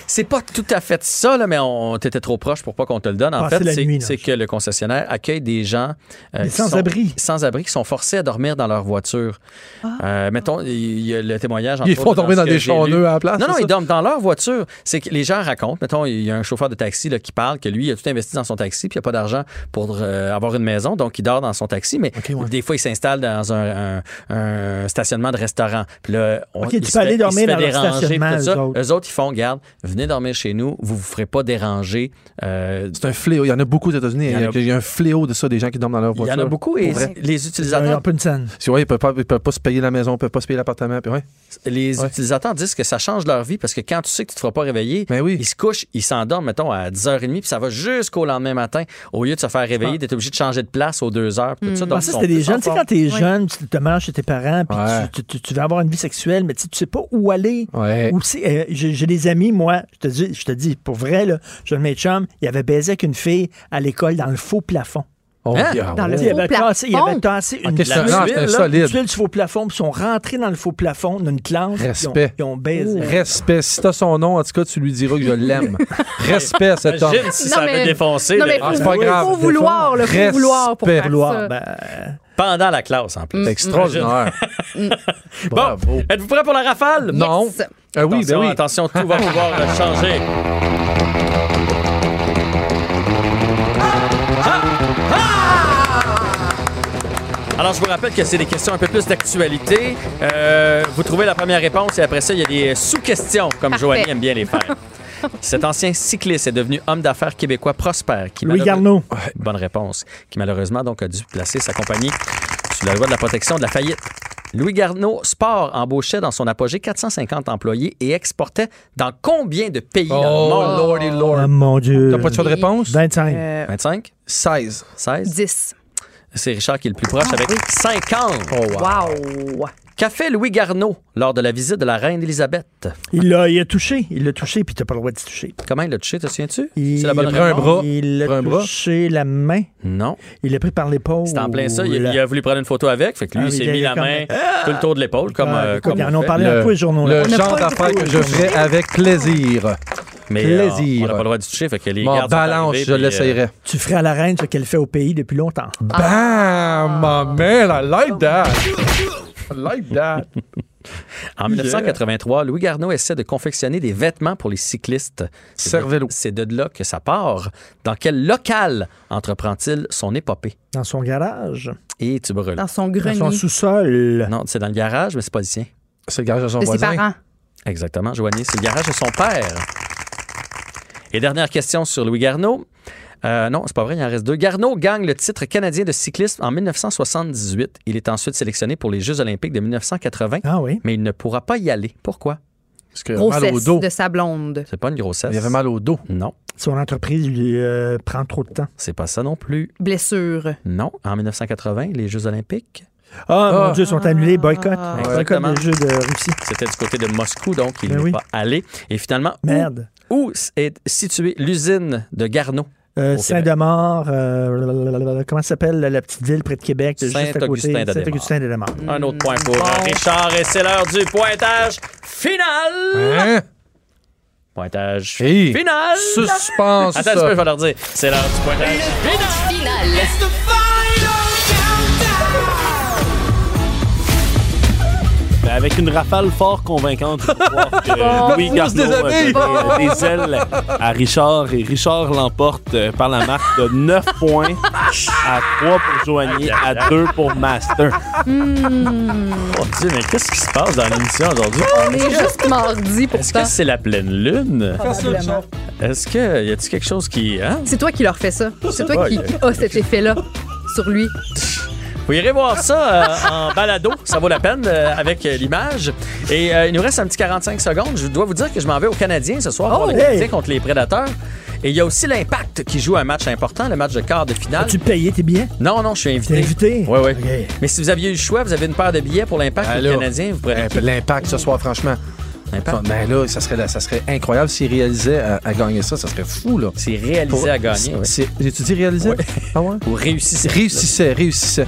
S3: C'est pas tout à fait ça, là, mais on t'était trop proche pour pas qu'on te le donne. En
S4: Passer
S3: fait,
S4: la
S3: c'est
S4: nuit, là.
S3: c'est que le concessionnaire accueille des gens euh,
S4: Des
S3: qui sont-
S4: sans-abri.
S3: sans-abri qui sont forcés à dormir dans leur voiture.
S5: Ah.
S3: Euh, mettons, il y a le témoignage. entre
S6: Ils font
S3: autres,
S6: tomber
S3: ce
S6: dans
S3: que
S6: des
S3: j'ai lu.
S6: chaunneux à la
S4: Ah,
S6: place.
S3: Non, non, ils
S6: c'est ça?
S3: dorment dans leur voiture. C'est que les gens racontent, mettons, il y a un chauffeur de taxi là, qui parle que lui, il a tout investi dans son taxi, puis il n'a pas d'argent pour euh, avoir une maison, donc il dort dans son taxi, mais
S6: Ok, ouais.
S3: des fois, il s'installe dans un, un- un stationnement de restaurant. Puis là, on,
S4: Ok, tu
S3: il
S4: peux
S3: se fait-
S4: aller
S3: il se
S4: dormir
S3: fait
S4: dans leur
S3: déranger,
S4: stationnement,
S3: puis tout ça.
S4: eux autres.
S3: Eux autres, ils font, garde, venez dormir chez nous, vous vous ferez pas déranger. Euh,
S6: C'est un fléau. Il y en a beaucoup aux États-Unis.
S3: Il
S6: Il
S3: y
S6: y,
S3: en a-
S6: a... un fléau de ça, des gens qui dorment dans leur
S3: il y
S6: voiture.
S3: en a beaucoup et les
S4: Dans
S3: utilisateurs
S4: leur punten.
S6: Si, ouais, ils peuvent pas, ils peuvent pas se payer la maison, ils peuvent pas se payer l'appartement. Puis ouais.
S3: les
S6: Ouais.
S3: utilisateurs disent que ça change leur vie parce que quand tu sais que tu te feras pas réveiller,
S6: Ben oui.
S3: ils se couchent, ils s'endorment, mettons, à 10h30, puis ça va jusqu'au lendemain matin. Au lieu de se faire réveiller, d'être obligé de changer de place aux 2h. Tout ça,
S4: Ah,
S3: donc,
S4: ça,
S3: ils
S4: c'était
S3: sont
S4: des
S3: plus
S4: jeunes.
S3: en
S4: Tu sais,
S3: forme.
S4: quand t'es jeune, tu te manges chez tes parents, puis
S6: Ouais.
S4: tu, tu- tu- tu veux avoir une vie sexuelle, mais tu sais, tu sais pas où aller.
S6: Ouais.
S4: Ou si- euh, j'ai j'ai des amis, moi, je te dis, je te dis, pour vrai, là, je de mes chums, il avait baisé avec une fille à l'école dans le faux plafond.
S6: Oh,
S3: Hein?
S6: yeah,
S5: Dans le
S6: ouais.
S4: Il
S5: faux
S4: avait,
S5: plafond.
S4: cassé, il avait tassé une
S6: Ok, c'est un-
S4: tuile,
S6: non, c'est un
S4: là,
S6: solide.
S4: une tuile du faux plafond, puis ils sont rentrés dans le faux plafond d'une classe. puis ils ont-
S6: Respect.
S4: Ils ont, baisé.
S6: Respect. Si t'as son nom, en tout cas, tu lui diras que je l'aime. Respect à cet homme.
S3: Imagine si ça
S5: Non,
S3: avait
S5: mais-
S3: défoncé
S5: Non,
S3: là,
S5: mais
S6: Ah,
S5: faut,
S6: c'est pas
S5: faut
S6: grave.
S5: vouloir, là, faut
S6: Respect.
S5: vouloir pour faire
S4: Vouloir,
S5: ça.
S4: ben,
S3: pendant la classe en plus.
S6: C'est extraordinaire.
S3: Bon,
S6: Bravo.
S3: êtes-vous prêts pour la rafale?
S6: Non. Ah oui,
S3: attention,
S6: ben oui.
S3: attention, tout va pouvoir euh, changer. Ah! Ah! Alors, je vous rappelle que c'est des questions un peu plus d'actualité. Euh, vous trouvez la première réponse et après ça, il y a des sous-questions, comme
S5: Parfait.
S3: Joanie aime bien les faire. Cet ancien cycliste est devenu homme d'affaires québécois prospère. Qui
S4: Louis
S3: malheureux-
S4: Garneau.
S3: Ouais, Bonne réponse. Qui malheureusement donc a dû placer sa compagnie sous la loi de la protection de la faillite. Louis Garneau Sport embauchait dans son apogée 450 employés et exportait dans combien de pays dans le
S6: Oh,
S3: monde?
S6: lordy
S4: Ah,
S6: lord.
S4: mon Dieu.
S6: T'as pas de choix de réponse?
S4: 25.
S3: Euh,
S5: Euh,
S3: 25?
S6: 16.
S3: 16?
S5: 10.
S3: C'est Richard qui est le plus
S4: Ah,
S3: proche avec 50.
S6: Oh,
S5: Wow.
S3: Qu'a fait Louis Garneau lors de la visite de la reine Élisabeth?
S4: Il l'a il a touché. Il l'a touché, puis t'as pas le droit de se toucher.
S3: Comment il l'a touché, te souviens-tu?
S4: Il-
S3: C'est la bonne
S6: il a pris un
S3: réponse?
S6: bras.
S4: Il
S6: Prends
S4: l'a
S6: un bras.
S4: touché la main.
S3: Non.
S4: Il l'a pris par l'épaule. Euh,
S3: C'est en plein ça. Il, il a voulu prendre une photo avec. Fait que lui,
S4: Ah,
S3: il s'est
S4: il
S3: mis la
S4: avait
S3: main tout le tour de l'épaule, comme,
S4: Ah,
S3: euh,
S4: écoute,
S3: comme
S4: il y en
S3: on
S4: a
S3: fait.
S4: parlé à tous les journaux.
S6: Le
S4: là.
S6: genre d'affaires que je ferais avec plaisir.
S3: Mais euh,
S6: Plaisir.
S3: on n'a pas le droit de toucher, fait que les
S6: Mon
S3: gardes sont
S6: balance,
S3: arrivés,
S6: je
S3: puis, euh,
S6: l'essayerai.
S4: Tu ferais à la reine ce qu'elle fait au pays depuis longtemps.
S6: Bam! My man, I like that. I like that.
S3: En 1983, Louis Garneau essaie de confectionner des vêtements pour les cyclistes. C'est
S6: Cervélo.
S3: de- C'est de là que ça part. Dans quel local entreprend-il son épopée?
S4: Dans son garage.
S3: Et tu brûles.
S5: Dans son
S4: Dans
S5: grenier.
S4: son sous-sol.
S3: Non, c'est dans le garage, mais c'est pas ici.
S6: C'est le garage de son
S5: de ses
S6: voisin.
S5: parents.
S3: Exactement, Joanie. C'est le garage de son père. Et dernière question sur Louis Garneau. Euh, non, c'est pas vrai, il en reste deux. Garneau gagne le titre canadien de cyclisme en 1978. Il est ensuite sélectionné pour les Jeux olympiques de 1980,
S4: Ah oui.
S3: mais il ne pourra pas y aller. Pourquoi?
S6: Parce qu'il avait mal au
S5: Grossesse
S6: dos.
S5: de sa blonde.
S3: C'est pas une grossesse.
S6: Il avait mal au dos.
S3: Non,
S4: Son entreprise lui euh, prend trop de temps.
S3: c'est pas ça non plus.
S5: Blessure.
S3: Non, en 1980, les Jeux olympiques,
S4: Ah,
S6: Ah.
S4: mon Dieu, ils sont annulés. Boycott.
S5: Ah.
S4: Boycott
S3: Exactement.
S4: des Jeux de Russie.
S3: c'était du côté de Moscou, donc il
S4: Ben
S3: n'est
S4: oui.
S3: pas allé. Et finalement, où-
S4: Merde.
S3: Où, est située l'usine de Garneau?
S4: Euh,
S3: Au
S4: Saint-Demore, euh, comment ça s'appelle la petite ville près de Québec, juste à côté
S3: Saint-Augustin-de-Desmarais.
S4: Saint-Augustin-de-Desmarais.
S3: Un autre point pour euh, Richard, et c'est l'heure du pointage final!
S6: Hein?
S3: Pointage
S6: Hey.
S3: final!
S6: Suspense.
S3: Attends, un petit peu, je vais leur dire. C'est l'heure du pointage
S1: Finale.
S9: Ben, avec une rafale fort convaincante, je peux croire que Louis Garneau a donné, euh, des ailes à Richard et Richard l'emporte euh, par la marque de 9 points à 3 pour Joanie, à 2 pour Master.
S3: Oh Mon Dieu, mais qu'est-ce qui se passe dans l'émission aujourd'hui?
S5: On est juste mardi
S3: Est-ce que
S5: pourtant.
S3: c'est la pleine lune?
S5: Probablement.
S3: Est-ce que y a-t-il quelque chose qui. Hein?
S5: C'est toi qui leur fais ça. C'est toi
S3: pas,
S5: qui
S3: il
S5: a cet effet-là sur lui.
S3: Hmm. Vous irez voir ça euh, en balado, ça vaut la peine euh, avec euh, l'image. Et euh, il nous reste un petit 45 secondes. Je dois vous dire que je m'en vais aux Canadiens ce soir pour les
S4: Oh, hey!
S3: Canadiens contre les Prédateurs. Et il y a aussi l'Impact qui joue un match important, le match de quart de finale.
S4: As-tu payé tes billets?
S3: Non, non, je suis invité.
S4: T'es invité?
S3: Oui, oui.
S4: Ok. Ben
S3: Mais si vous aviez eu le choix, vous avez une paire de billets pour l'Impact ou
S6: Allô?
S3: le Canadien, vous prenez qui?
S6: L'impact ce soir, franchement.
S3: Impact.
S6: Ben là, ça serait, ça serait incroyable s'il réalisait euh, à, à gagner ça. Ça serait fou, là.
S3: C'est réalisé
S6: Pour-
S3: à gagner. ouais.
S6: C'est- J'ai-tu dit réaliser? Ah ouais?
S3: Ou réussissez.
S6: Réussissait, réussissait.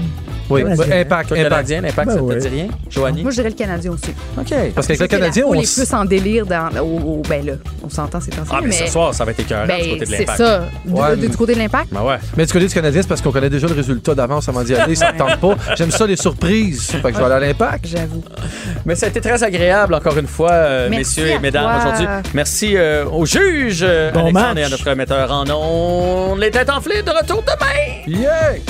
S6: Oui,
S4: Ouais,
S6: Ouais,
S4: c'est-
S6: impact,
S3: Toi, le
S6: impact.
S3: Canadien, l'Impact,
S4: Ben
S3: ça ne
S4: ouais.
S3: te dit rien? Joanie?
S5: Moi, je dirais le Canadien aussi.
S3: OK.
S6: Parce qu'avec le
S5: C'est la-
S6: Canadien,
S5: on
S6: on
S5: est
S6: s-
S5: plus en délire dans. au- au- ben là, on s'entend ces temps-ci.
S3: Ah, mais,
S5: mais,
S3: ce soir, ça va être écœurant
S5: ben,
S3: du côté de
S5: c'est
S3: l'Impact.
S5: ça. Du-
S6: Ouais,
S5: du,
S6: mais-
S5: côté de l'impact.
S3: Ben ouais.
S6: Mais du côté du Canadien, c'est parce qu'on connaît déjà le résultat d'avance avant d'y aller. Ça ne tente pas. J'aime ça, les surprises. Fait que je vais aller à l'impact.
S5: J'avoue.
S3: Mais ça a été très agréable, encore une fois, euh,
S5: Merci
S3: messieurs et
S5: à
S3: mesdames,
S5: toi.
S3: aujourd'hui. Merci euh, aux juges, euh,
S4: Bon
S3: Alexandre
S4: match.
S3: et à notre metteur en ondes. Les têtes enflées, de retour demain!
S6: Yeah!